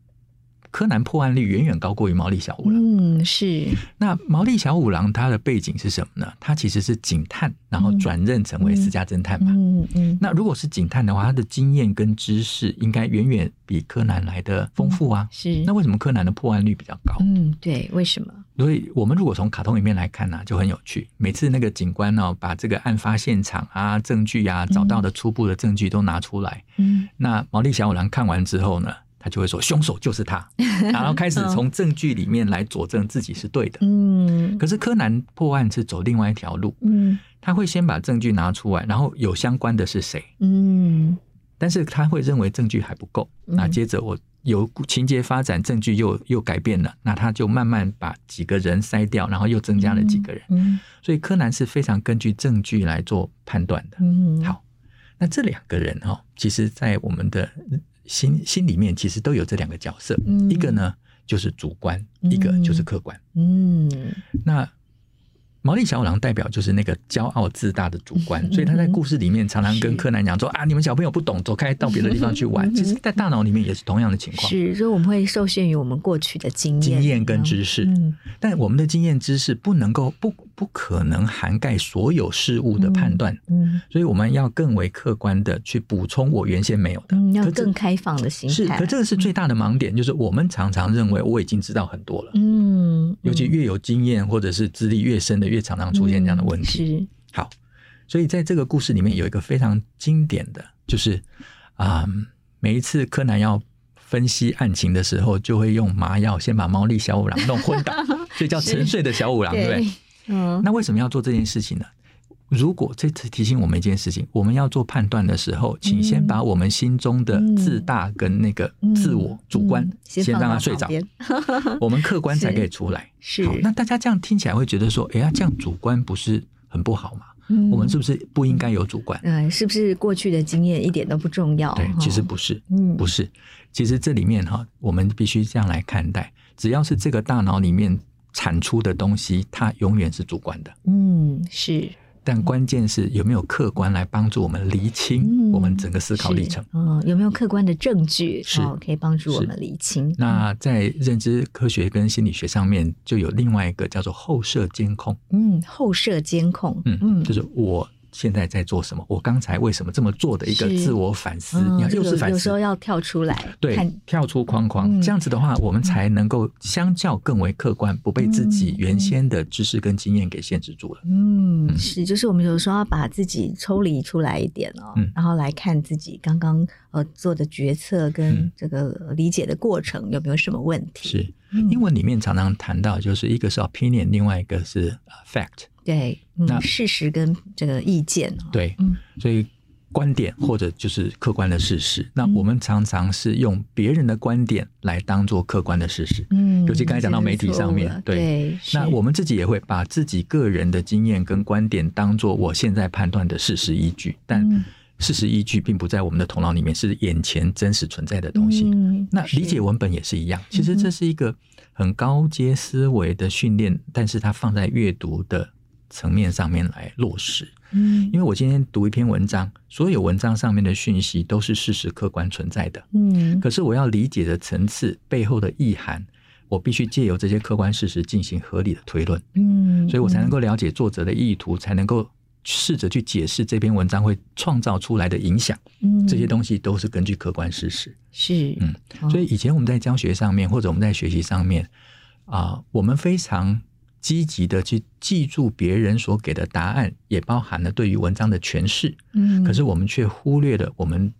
柯南破案率远远高过于毛利小五郎。
嗯 是
那毛利小五郎他的背景是什么呢？他其实是警探，然后转任成为私家侦探嘛。
嗯嗯
那如果是警探的话，他的经验跟知识应该远远比柯南来的丰富啊。
是
那为什么柯南的破案率比较高？
嗯对为什么
所以我们如果从卡通里面来看呢、就很有趣。每次那个警官呢、把这个案发现场啊、证据啊、找到的初步的证据都拿出来，
嗯
那毛利小五郎看完之后呢，他就会说凶手就 是他，然后开始从证据里面来佐证自己是对的。
嗯
可是柯南破案是走另外一条路，
嗯
他会先把证据拿出来，然后有相关的是谁，
嗯
但是他会认为证据还不够，
嗯
那接着我由情节发展，证据又又改变了，那他就慢慢把几个人筛掉，然后又增加了几个人，
嗯
所以柯南是非常根据证据来做判断的。
嗯
好，那这两个人哈、哦，其实，在我们的心心里面，其实都有这两个角色，
嗯
一个呢就是主观，
嗯
一个就是客观。
嗯
那毛利小五郎代表就是那个骄傲自大的主观，
嗯
所以他在故事里面常常
是嗯
跟柯南讲说啊，你们小朋友不懂，走开，到别的地方去玩。其实，在大脑里面也是同样的情况，
是，所以我们会受限于我们过去的经验
经验跟知识。
嗯
但我们的经验知识不能够不不可能涵盖所有事物的判断，
嗯
所以我们要更为客观的去补充我原先没有的。
嗯要
可这
更开放的心态嗯
是，可这个是最大的盲点，就是我们常常认为我已经知道很多了，
嗯
尤其
嗯
越有经验或者是资历越深的，越常常出现这样的问题。
是
好，所以在这个故事里面有一个非常经典的，就是啊、每一次柯南要分析案情的时候，就会用麻药先把毛利小五郎弄昏 倒，所以叫沉睡的小五郎，对不对？
嗯
那为什么要做这件事情呢？如果这次提醒我们一件事情，我们要做判断的时候，请先把我们心中的自大跟那个自我、
嗯
主观、
嗯先
先让
放
他
到
睡
旁
着
边，
我们客观才可以出来。
是
好，那大家这样听起来会觉得说，哎呀，这样主观不是很不好吗？
嗯
我们是不是不应该有主观？
嗯，是不是过去的经验一点都不重要？
对
哈，
其实不是，
嗯
不是。其实这里面哈，我们必须这样来看待，只要是这个大脑里面产出的东西，它永远是主观的。
嗯是
但关键是有没有客观来帮助我们厘清
嗯
我们整个思考历程
是。嗯，有没有客观的证据
是
哦可以帮助我
是
们理清？
那在认知科学跟心理学上面，就有另外一个叫做后摄监控，
嗯嗯，后摄监控，
嗯，就是我现在在做什么，我刚才为什么这么做的一个
是
自我反思，
嗯
你看
这
又
个
是反
有时
思
候。要跳出来，
对
看，
跳出框框，
嗯
这样子的话，我们才能够相较更为客观，不被自己
嗯
原先的知识跟经验给限制住了。
嗯，
嗯
是，就是我们有时候要把自己抽离出来一点哦，
嗯
然后来看自己刚刚呃做的决策跟
嗯
这个理解的过程有没有什么问题？
是
嗯，
英文里面常常谈到，就是一个是 opinion，另外一个是呃 fact。
对，
那
嗯，事实跟这个意见哦，
对，
嗯
所以观点或者就是客观的事实。那
嗯
我们常常是用别人的观点来当做客观的事实。
嗯，
尤其刚才讲到
这个
媒体
错
上
误
面
了
对
对，
那
是
我们自己也会把自己个人的经验跟观点当做我现在判断的事实依据，但
嗯
事实依据并不在我们的头脑里面，是眼前真实存在的东西。
嗯
那
是嗯
理解文本也是一样，其实这是一个很高阶思维的训练，但是它放在阅读的层面上面来落实。
嗯
因为我今天读一篇文章，所有文章上面的讯息都是事实客观存在的，
嗯
可是我要理解的层次背后的意涵，我必须借由这些客观事实进行合理的推论，
嗯，
所以我才能
够
够了解作者的意图，才能够试着去解释这篇文章会创造出来的影响。
嗯
这些东西都是根据客观事实。
是
嗯
哦
所以以前我们在教学上面，或者我们在学习上面，啊、我们非常积极的去记住别人所给的答案，也包含了对于文章的诠释。
嗯，
可是我们却忽略了我们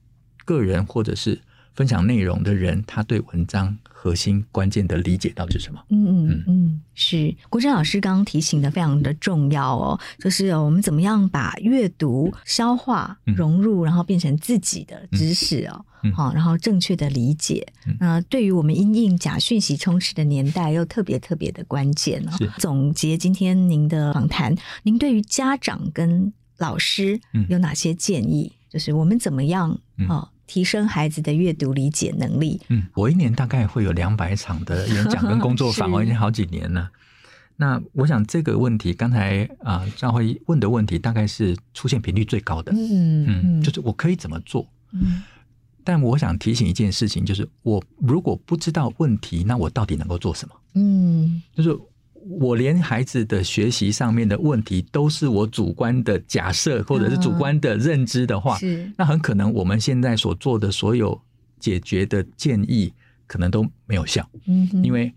个人或者是分享内容的人，他对文章核心关键的理解到底是什么？
嗯嗯
嗯
嗯，是国珍老师刚刚提醒的非常的重要哦，就是我们怎么样把阅读、消化、
嗯
融入，然后变成自己的知识哦
嗯，嗯
好、然后正确的理解。
嗯
那、对于我们因应假讯息充斥的年代，又特别特别的关键哦
是。
总结今天您的访谈，您对于家长跟老师
嗯
有哪些建议？就是我们怎么样
嗯
哦，提升孩子的阅读理解能力？
嗯，我一年大概会有两百场的演讲跟工作 坊，
是
我已经好几年了。那我想这个问题，刚才啊赵辉问的问题，大概是出现频率最高的。
嗯
嗯，就是我可以怎么做？
嗯
但我想提醒一件事情，就是我如果不知道问题，那我到底能够做什么？
嗯。
就是我连孩子的学习上面的问题都是我主观的假设或者是主观的认知的话，
嗯是
那很可能我们现在所做的所有解决的建议可能都没有效，
嗯哼，
因为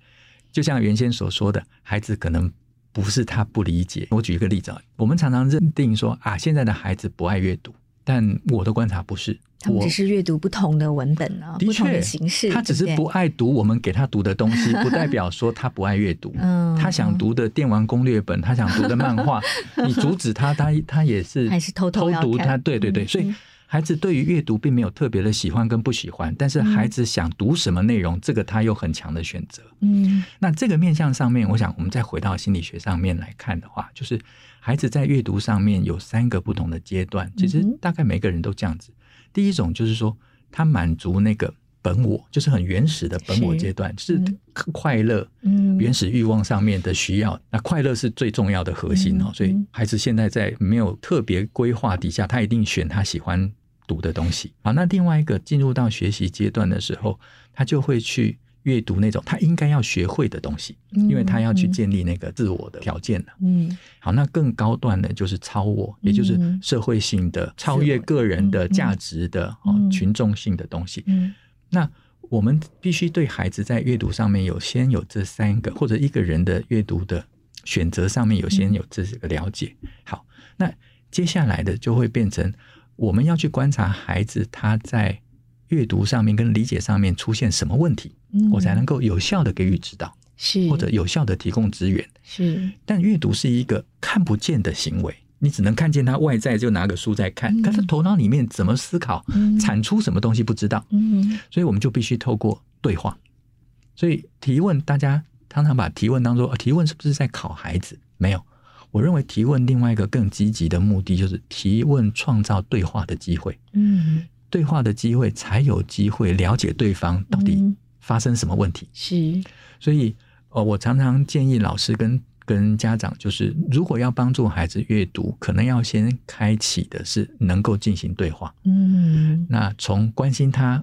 就像原先所说的，孩子可能。不是他不理解，我举一个例子啊，我们常常认定说啊，现在的孩子不爱阅读，但我的观察不是，
他们
我
只是阅读不同的文本啊，
的
不同
确
的形式，
他只
对
是
不
不
对
爱读我们给他读的东西，不代表说他不爱阅 读。
嗯
他想读的电玩攻略本，他想读的漫 画，你阻止他，他他也是
还是偷偷要
读
看
他，对对对，
嗯
所以孩子对于阅读并没有特别的喜欢跟不喜欢，但是孩子想读什么内容，这个他有很强的选择。
嗯
那这个面向上面，我想我们再回到心理学上面来看的话，就是孩子在阅读上面有三个不同的阶段，其实
嗯哼
大概每个人都这样子。第一种就是说，他满足那个本我，就是很原始的本我
是
阶段，就是
嗯
快乐。
嗯
原始欲望上面的需要，那快乐是最重要的核心哦
嗯。
所以
嗯
孩子现在在没有特别规划底下，他一定选他喜欢读的东西。好，那另外一个进入到学习阶段的时候，他就会去阅读那种他应该要学会的东西，
嗯
因为他要去建立那个自我的条件了。
嗯
好，那更高段的就是超我，也就是
嗯
社会性的、超越个人的价值的哦
嗯，
群众性的东西。
嗯
那我们必须对孩子在阅读上面有先有这三个，或者一个人的阅读的选择上面有先有这个了解。好，那接下来的就会变成我们要去观察孩子他在阅读上面跟理解上面出现什么问题，
嗯
我才能够有效的给予指导，
是
或者有效的提供资源。
是
但阅读是一个看不见的行为，你只能看见他外在，就拿个书在看，
嗯
可他头脑里面怎么思考
嗯、
产出什么东西不知道。
嗯
所以我们就必须透过对话。所以提问，大家常常把提问当做、呃提问是不是在考孩子？没有，我认为提问另外一个更积极的目的就是提问创造对话的机会，
嗯
对话的机会才有机会了解对方 到底
嗯
发生什么问题。
是
所以，呃，我常常建议老师跟跟家长，就是如果要帮助孩子阅读，可能要先开启的是能够进行对话。
嗯
那从关心他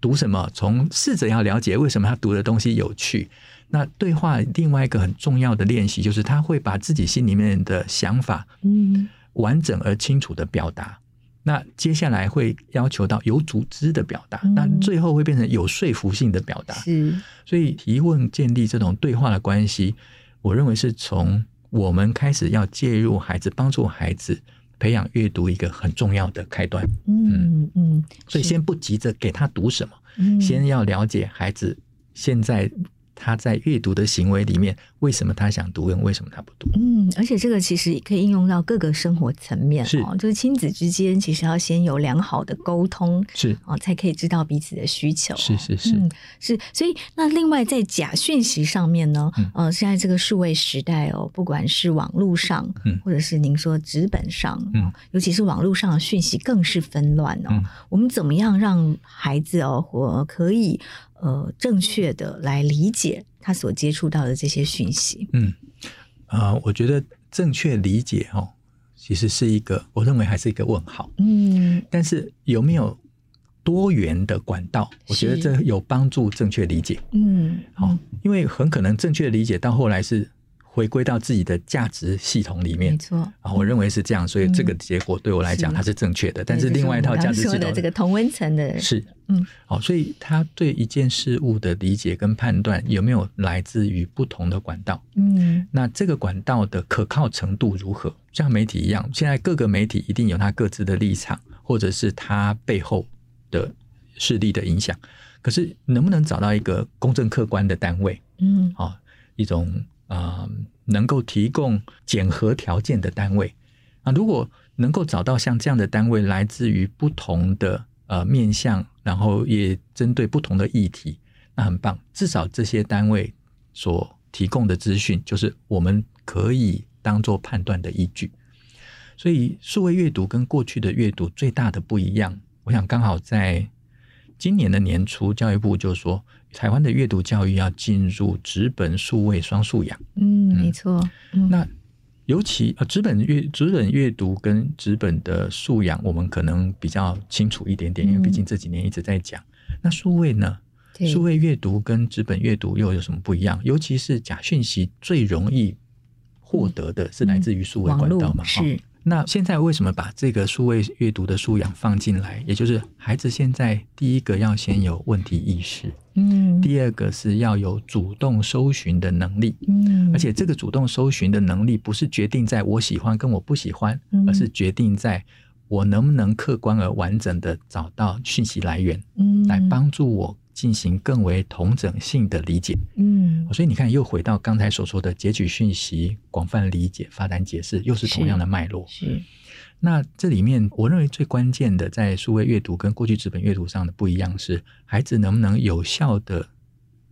读什么，从试着要了解为什么他读的东西有趣。那对话另外一个很重要的练习，就是他会把自己心里面的想法
嗯
完整而清楚的表达。那接下来会要求到有组织的表达，
嗯
那最后会变成有说服性的表达。
是
所以提问建立这种对话的关系，我认为是从我们开始要介入孩子，帮助孩子培养阅读一个很重要的开端。
嗯嗯，
所以
是
先不急着给他读什么，
嗯
先要了解孩子现在他在阅读的行为里面，为什么他想读，跟为什么他不读。
嗯，而且这个其实可以应用到各个生活层面
是
哦，就是亲子之间其实要先有良好的沟通
是
哦，才可以知道彼此的需求。
是是是，
嗯，是，所以那另外在假讯息上面呢，
嗯
呃，现在这个数位时代哦，不管是网络上，
嗯
或者是您说纸本上，哦
嗯
尤其是网络上的讯息更是纷乱哦。
嗯
我们怎么样让孩子哦，或可以呃正确的来理解他所接触到的这些讯息？
嗯，啊、我觉得正确理解哦，其实是一个，我认为还是一个问号。
嗯，
但是有没有多元的管道？我觉得
是
这有帮助正确理解。
嗯，
好、因为很可能正确理解到后来是回归到自己的价值系统里
没
面。
错。
啊，我认为是这样，所以这个结果对我来讲
嗯是
它是正确的，但
对
是
就
另外一
我
套
们
价
刚
值系
说
统
的这个同温层的，
是，
嗯，
好，所以他对一件事物的理解跟判断有没有来自于不同的管道？
嗯，
那这个管道的可靠程度如何？像媒体一样，现在各个媒体一定有它各自的立场，或者是它背后的势力的影响。可是能不能找到一个公正客观的单位
嗯，
啊、一种啊、呃能够提供检核条件的单位啊？如果能够找到像这样的单位，来自于不同的呃面向，然后也针对不同的议题，那很棒。至少这些单位所提供的资讯，就是我们可以当做判断的依据。所以，数位阅读跟过去的阅读最大的不一样，我想刚好在今年的年初，教育部就说，台湾的阅读教育要进入纸本数位双素养。
嗯，没错，嗯，
那尤其呃，纸本阅纸本阅读跟纸本的素养，我们可能比较清楚一点点，因为
嗯
毕竟这几年一直在讲。那数位呢？
对
数位阅读跟纸本阅读又有什么不一样？尤其是假讯息最容易获得的是来自于数位
网
管道
络
嘛？哈
是，
那现在为什么把这个数位阅读的素养放进来？也就是孩子现在第一个要先有问题意识，
嗯，
第二个是要有主动搜寻的能力。
嗯，
而且这个主动搜寻的能力，不是决定在我喜欢跟我不喜欢，
嗯
而是决定在我能不能客观而完整的找到讯息来源，
嗯
来，帮助我进行更为同整性的理解。
嗯，
所以你看，又回到刚才所说的截取讯息、广泛理解、发展解释，又是同样的脉络。
嗯是，
那这里面，我认为最关键的，在数位阅读跟过去纸本阅读上的不一样是，孩子能不能有效的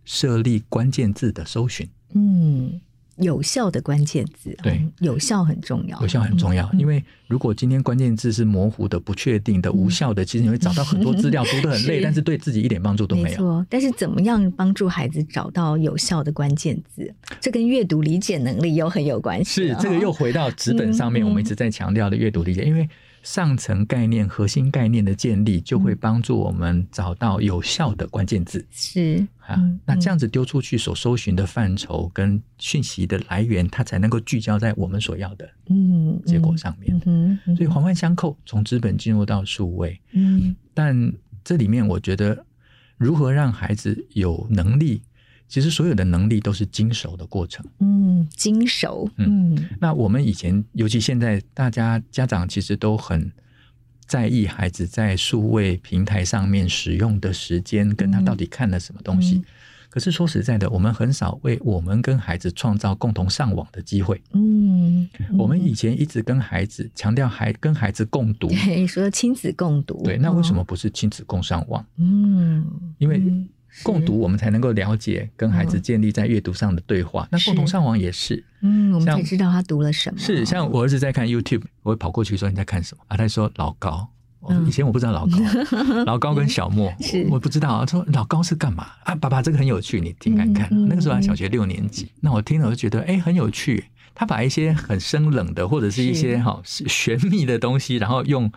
设立关键字的搜寻。
嗯，有效的关键字，
对
嗯，有效很重要，
有效很重要，
嗯
因为如果今天关键字是模糊的、不确定的、无效的，其实你会找到很多 资料，读得很累，
是
但是对自己一点帮助都
没
没有。
错，但是怎么样帮助孩子找到有效的关键字，这跟阅读理解能力又很有关系
是
了哈。
这个又回到纸本上面，
嗯
我们一直在强调的阅读理解，因为上层概念、核心概念的建立，就
嗯
会帮助我们找到有效的关键字
是
啊
嗯。
那这样子丢出去所搜寻的范畴跟讯息的来源，它才能够聚焦在我们所要的
嗯，
结果上面
嗯。哼，嗯哼
所以环环相扣，从纸本进入到数位，
嗯
但这里面我觉得，如何让孩子有能力，其实所有的能力都是精熟的过程。
嗯，精熟，
嗯
嗯
那我们以前，尤其现在，大家家长其实都很在意孩子在数位平台上面使用的时间，跟他到底看了什么东西。
嗯
可是说实在的，我们很少为我们跟孩子创造共同上网的机会。
嗯，
我们
嗯
以前一直跟孩子强调孩跟孩子共读，
对说亲子共读，
对，那为什
哦？
么不是亲子共上网？
嗯，
因为
嗯
共，
是嗯
读，我们才能够了解跟孩子建立在阅读上的对话。那共同
是
上网也是，
嗯，我们
像
才知道他读了什么。
是像我儿子在看 YouTube，我会跑过去说你在看什么啊？他说老高。哦
嗯
以前我不知道 老高，老高跟小莫
是，
我我不知道啊。他说老高是干嘛啊？爸爸这个很有趣，你听看看啊。
嗯嗯
那个时候还小学六年级，那我听了我就觉得哎、很有趣。他把一些很生冷的或者是一
是
些哈、是玄秘的东西，然后用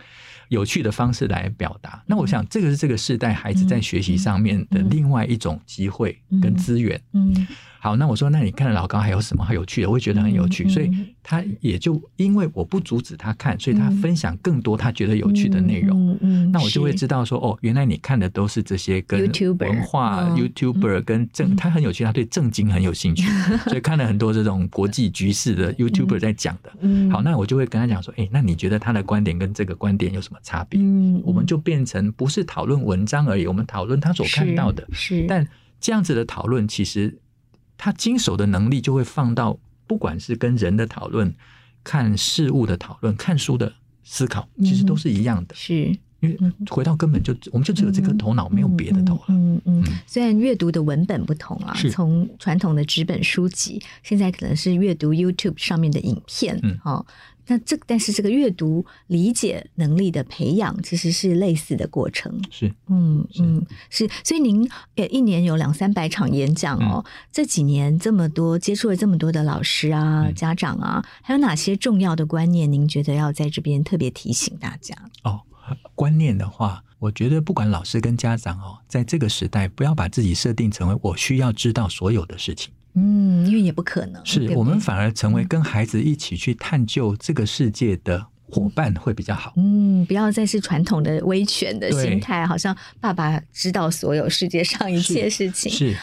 有趣的方式来表达。那我想这个是这个世代孩子在学习上面的
嗯嗯嗯
另外一种机会跟资源。
嗯
好，那我说，那你看老高还有什么有趣的？我也觉得很有趣，
嗯嗯
所以他也就因为我不阻止他看，所以他分享更多他觉得有趣的内
嗯
容。
嗯嗯
那我就会
是
知道说，哦，原来你看的都是这些跟
YouTuber
文化、
嗯
YouTuber 跟政，他很有趣，他对政经很有兴 趣，所以看了很多这种国际局势的 YouTuber 在讲的。
嗯
好，那我就会跟他讲说，哎、那你觉得他的观点跟这个观点有什么差别？
嗯，
我们就变成不是讨论文章而已，我们讨论他所看到的。
是，是
但这样子的讨论，其实他经手的能力就会放到，不管是跟人的讨论、看事物的讨论、看书的思考，
嗯
其实都是一样的。
是
因为回到根本就，我们就只有这颗头脑，没有别的头了。
嗯嗯
嗯，
虽然阅读的文本不同啊，
是
从传统的纸本书籍，现在可能是阅读 YouTube 上面的影片，
嗯
哦。那这但是这个阅读理解能力的培养其实是类似的过程，
是
嗯
是
嗯是，所以您也一年有两三百场演讲哦，
嗯
这几年这么多接触了这么多的老师啊、
嗯
家长啊，还有哪些重要的观念您觉得要在这边特别提醒大家？
哦，观念的话，我觉得不管老师跟家长哦，在这个时代，不要把自己设定成为我需要知道所有的事情。
嗯，因为也不可能，对嗯
是
不
我们
对
反而成为跟孩子一起去探究这个世界的伙伴会比较好。
嗯，不要再是传统的威权的
对
心态，好像爸爸知道所有世界上一
是
切事情。
是，
嗯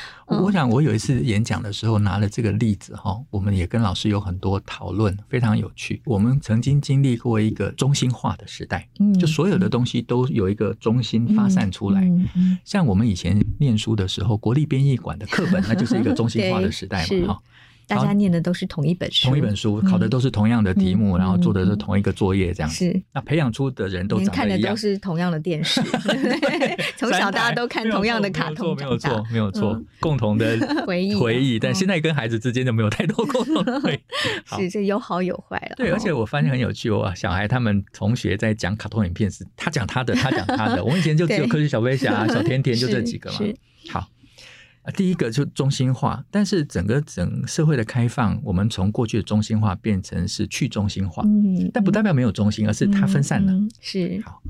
我想我有一次演讲的时候拿了这个例子哈，我们也跟老师有很多讨论，非常有趣。我们曾经经历过一个中心化的时代，
嗯
就所有的东西都有一个中心发散出来。
嗯嗯
像我们以前念书的时候，国立编译馆的课本，那就是一个中心化的时代
对是
嘛，哈。
大家念的都是同一本书，
同一本书，考的都是同样的题目，
嗯
然后做的都同一个作业，这样子。
是。
那培养出的人都
连
长
看
得
的
一样
都，是同样的电 视，对不对从小大家都看同样的卡通
没有
长
错
大，，
没有错，没有错
嗯，
共同的
回忆
回忆，但
嗯
现在跟孩子之间就没有太多共同的回忆。 好
是这有好有坏了。
对，
哦
而且我发现很有趣哦，小孩他们同学在讲卡通影片是，他讲他的，他讲他 的。我们以前就只有
对
科学小飞侠啊、小甜甜就这
是
几个嘛
是。
好，呃第一个就中心化，但是整个整社会的开放，我们从过去的中心化变成是去中心化，
嗯，
但不代表没有中心，而是它分散了。
嗯，嗯是
好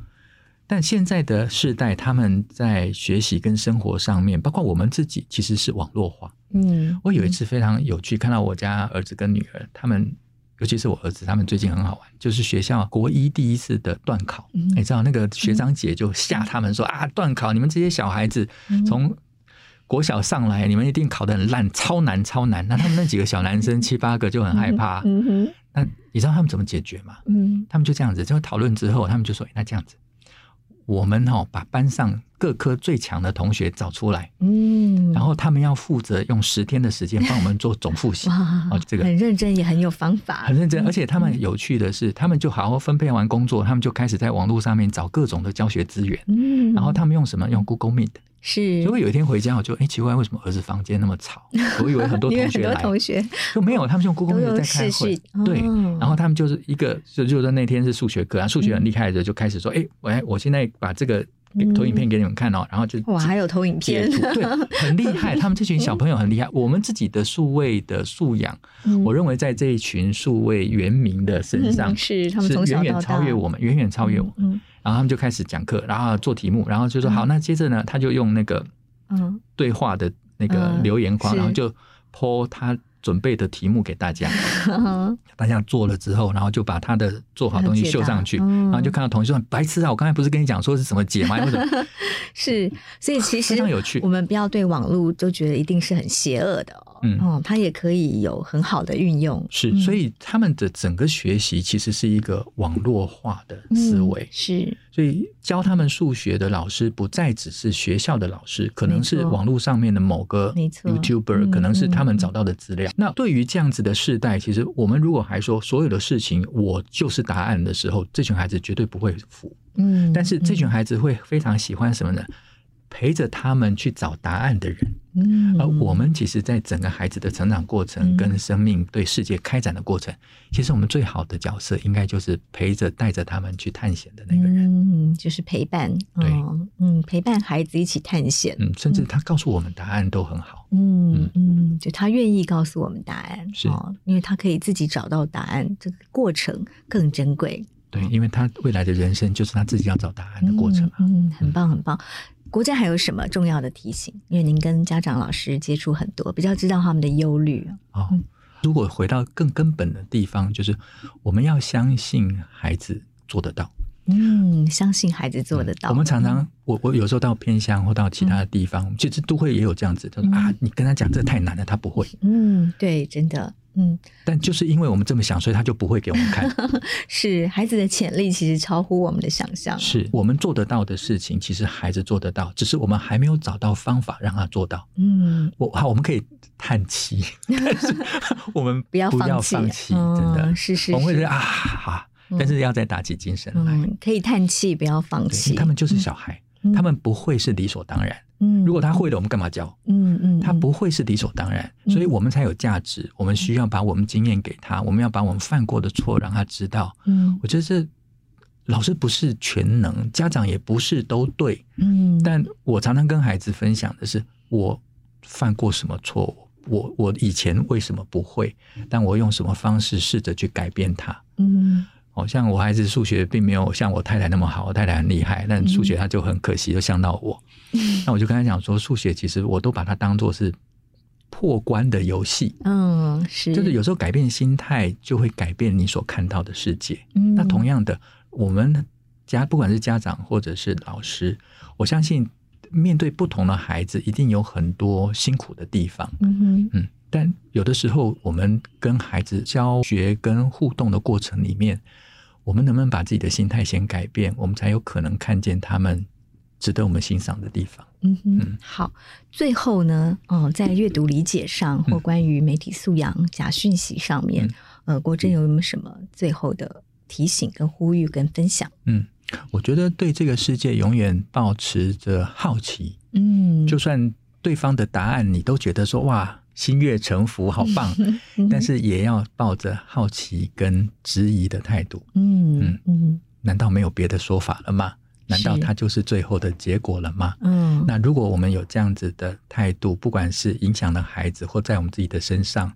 但现在的世代，他们在学习跟生活上面，包括我们自己，其实是网络化。
嗯，
我有一次非常有趣，看到我家儿子跟女儿，他们尤其是我儿子，他们最近很好玩，就是学校国一第一次的段考，
嗯
你知道那个学长姐就吓他们说、啊，段考你们这些小孩子
嗯
从。国小上来，你们一定考得很烂，超难超难。那他们那几个小男生七八个就很害怕。
嗯哼，
那你知道他们怎么解决吗？
嗯
他们就这样子，就讨论之后，他们就说：“哎诶那这样子，我们哦把班上各科最强的同学找出来，
嗯，
然后他们要负责用十天的时间帮我们做总复习。”
哇
哦，这个
很认真，也很有方法，
很认真，而且他们有趣的是，他们就好好分配完工作，他们就开始在网络上面找各种的教学资源。
嗯，
然后他们用什么？用 Google Meet。
是
结果有一天回家，我就哎、诶奇怪，为什么儿子房间那么 吵？我以为很多
因为
同
很
学
多
来，
同学，
就没有，他们用 Google
都
Meet
用
在开
视
会
讯，哦
对，然后他们就是一个，就就说那天是数学课，然后数学很厉害的就开始说，哎、我来我现在把这个给投影片给你们看哦，然后就
嗯哇，还有投影
截
片
图，，对，很厉害，他们这群小朋友很厉害，我们自己的数位的素养，
嗯
我认为在这一群数位原民的身上
嗯。是他们
是
从小
远
到大
远超越我们，远远超越我们。
嗯
然后他们就开始讲课，然后做题目，然后就说
嗯
好，那接着呢，他就用那个
嗯，
对话的那个
嗯
留言框，
是
然后就抛他准备的题目给大家，
嗯
大家做了之后，然后就把他的做好东西秀上去，
了解他嗯
然后就看到同学说：“白痴啊，我刚才不是跟你讲说是什么解吗？ 为什么
是，所以其实
非常有趣
我们不要对网络就觉得一定是很邪恶的哦，
嗯
哦，它也可以有很好的运用，
是？”
嗯
所以他们的整个学习其实是一个网络化的思维，
嗯是
所以教他们数学的老师不再只是学校的老师，可能
没
是
错
网络上面的某个
没错
YouTuber，、
嗯
可能是他们找到的资料。那对于这样子的世代，其实我们如果还说所有的事情我就是答案的时候，这群孩子绝对不会服。
嗯，
但是这群
嗯
孩子会非常喜欢什么呢？陪着他们去找答案的人，
嗯，
而我们其实，在整个孩子的成长过程
嗯
跟生命对世界开展的过程，其实我们最好的角色应该就是陪着带着他们去探险的那个人。
嗯，就是陪伴，
对
嗯嗯，陪伴孩子一起探险，
嗯，甚至他告诉我们答案都很好。
嗯嗯，就他愿意告诉我们答案，
是
哦，因为他可以自己找到答案，这个过程更珍贵嗯
对，因为他未来的人生就是他自己要找答案的过程啊。
嗯嗯。嗯，很棒很棒。国家还有什么重要的提醒？因为您跟家长、老师接触很多，比较知道他们的忧虑。
哦，如果回到更根本的地方，就是我们要相信孩子做得到。
嗯，相信孩子做得到。
我们常常，我我有时候到偏乡或到其他的地
嗯
方，其实都会也有这样子，他说、啊，你跟他讲这太难了，他不会。
嗯，对，真的，嗯，
但就是因为我们这么想，所以他就不会给我们看。
是孩子的潜力其实超乎我们的想象。
是我们做得到的事情，其实孩子做得到，只是我们还没有找到方法让他做到。
嗯，
我好，我们可以叹 气，但是我们
不要
不要
放弃，
放弃，
嗯
真的，
是是
我们会觉
是
得啊，好但是要再打起精神来。
嗯，可以叹气，不要放
对因为
弃。
他们就是小孩，
嗯
他们不会是理所当然。
嗯，
如果他会了，我们干嘛教？
嗯嗯，
他不会是理所当然，所以我们才有价值。我们需要把我们经验给他，我们要把我们犯过的错让他知道。
嗯
我觉得这老师不是全能，家长也不是都对。
嗯，
但我常常跟孩子分享的是，我犯过什么错误，我我以前为什么不会，但我用什么方式试着去改变它。
嗯
哦，像我孩子数学并没有像我太太那么好，我太太很厉害，但数学
嗯
他就很可惜，就像到我。 那我就跟他讲说，数学其实我都把它当做是破关的游戏，
嗯是，
就是有时候改变心态就会改变你所看到的世界。
嗯
那同样的，我们家不管是家长或者是老师，我相信面对不同的孩子，一定有很多辛苦的地方。
嗯哼
嗯，但有的时候我们跟孩子教学跟互动的过程里面，我们能不能把自己的心态先改变，我们才有可能看见他们值得我们欣赏的地方。
嗯哼
嗯，
好。最后呢，嗯，在阅读理解上
嗯
或关于媒体素养、假讯息上面，呃，国珍有没有什么最后的提醒、跟呼吁、跟分享？
嗯，我觉得对这个世界永远保持着好奇，
嗯，
就算对方的答案你都觉得说哇心悦诚服，好棒，
嗯
但是也要抱着好奇跟质疑的态度。
嗯嗯
难道没有别的说法了吗？难道
是
它就是最后的结果了吗？
嗯，
那如果我们有这样子的态度，不管是影响了孩子或在我们自己的身上，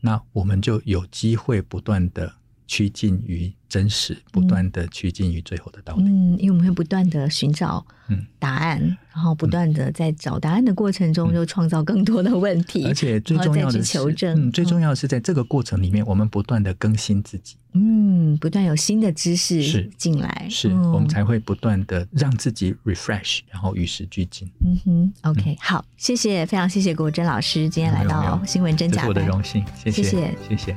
那我们就有机会不断的趋近于真实，不断的趋近于最后的道理。
嗯，因为我们会不断的寻找
嗯
答案，然后不断的在找答案的过程中，就创造更多的问题，
嗯而且最
然后
重要
再去
的是，
求证，
嗯，最重要的是在这个过程里面，我们不断的更新自己，
嗯，不断有新的知识
是
进来，
是、
嗯
我们才会不断的让自己 refresh，然后与时俱进。
嗯哼，OK，好，谢谢，非常谢谢国珍老师今天来
没有
到
没有
新闻真
这
假
是我
班
的，荣幸，谢
谢谢
谢，谢谢。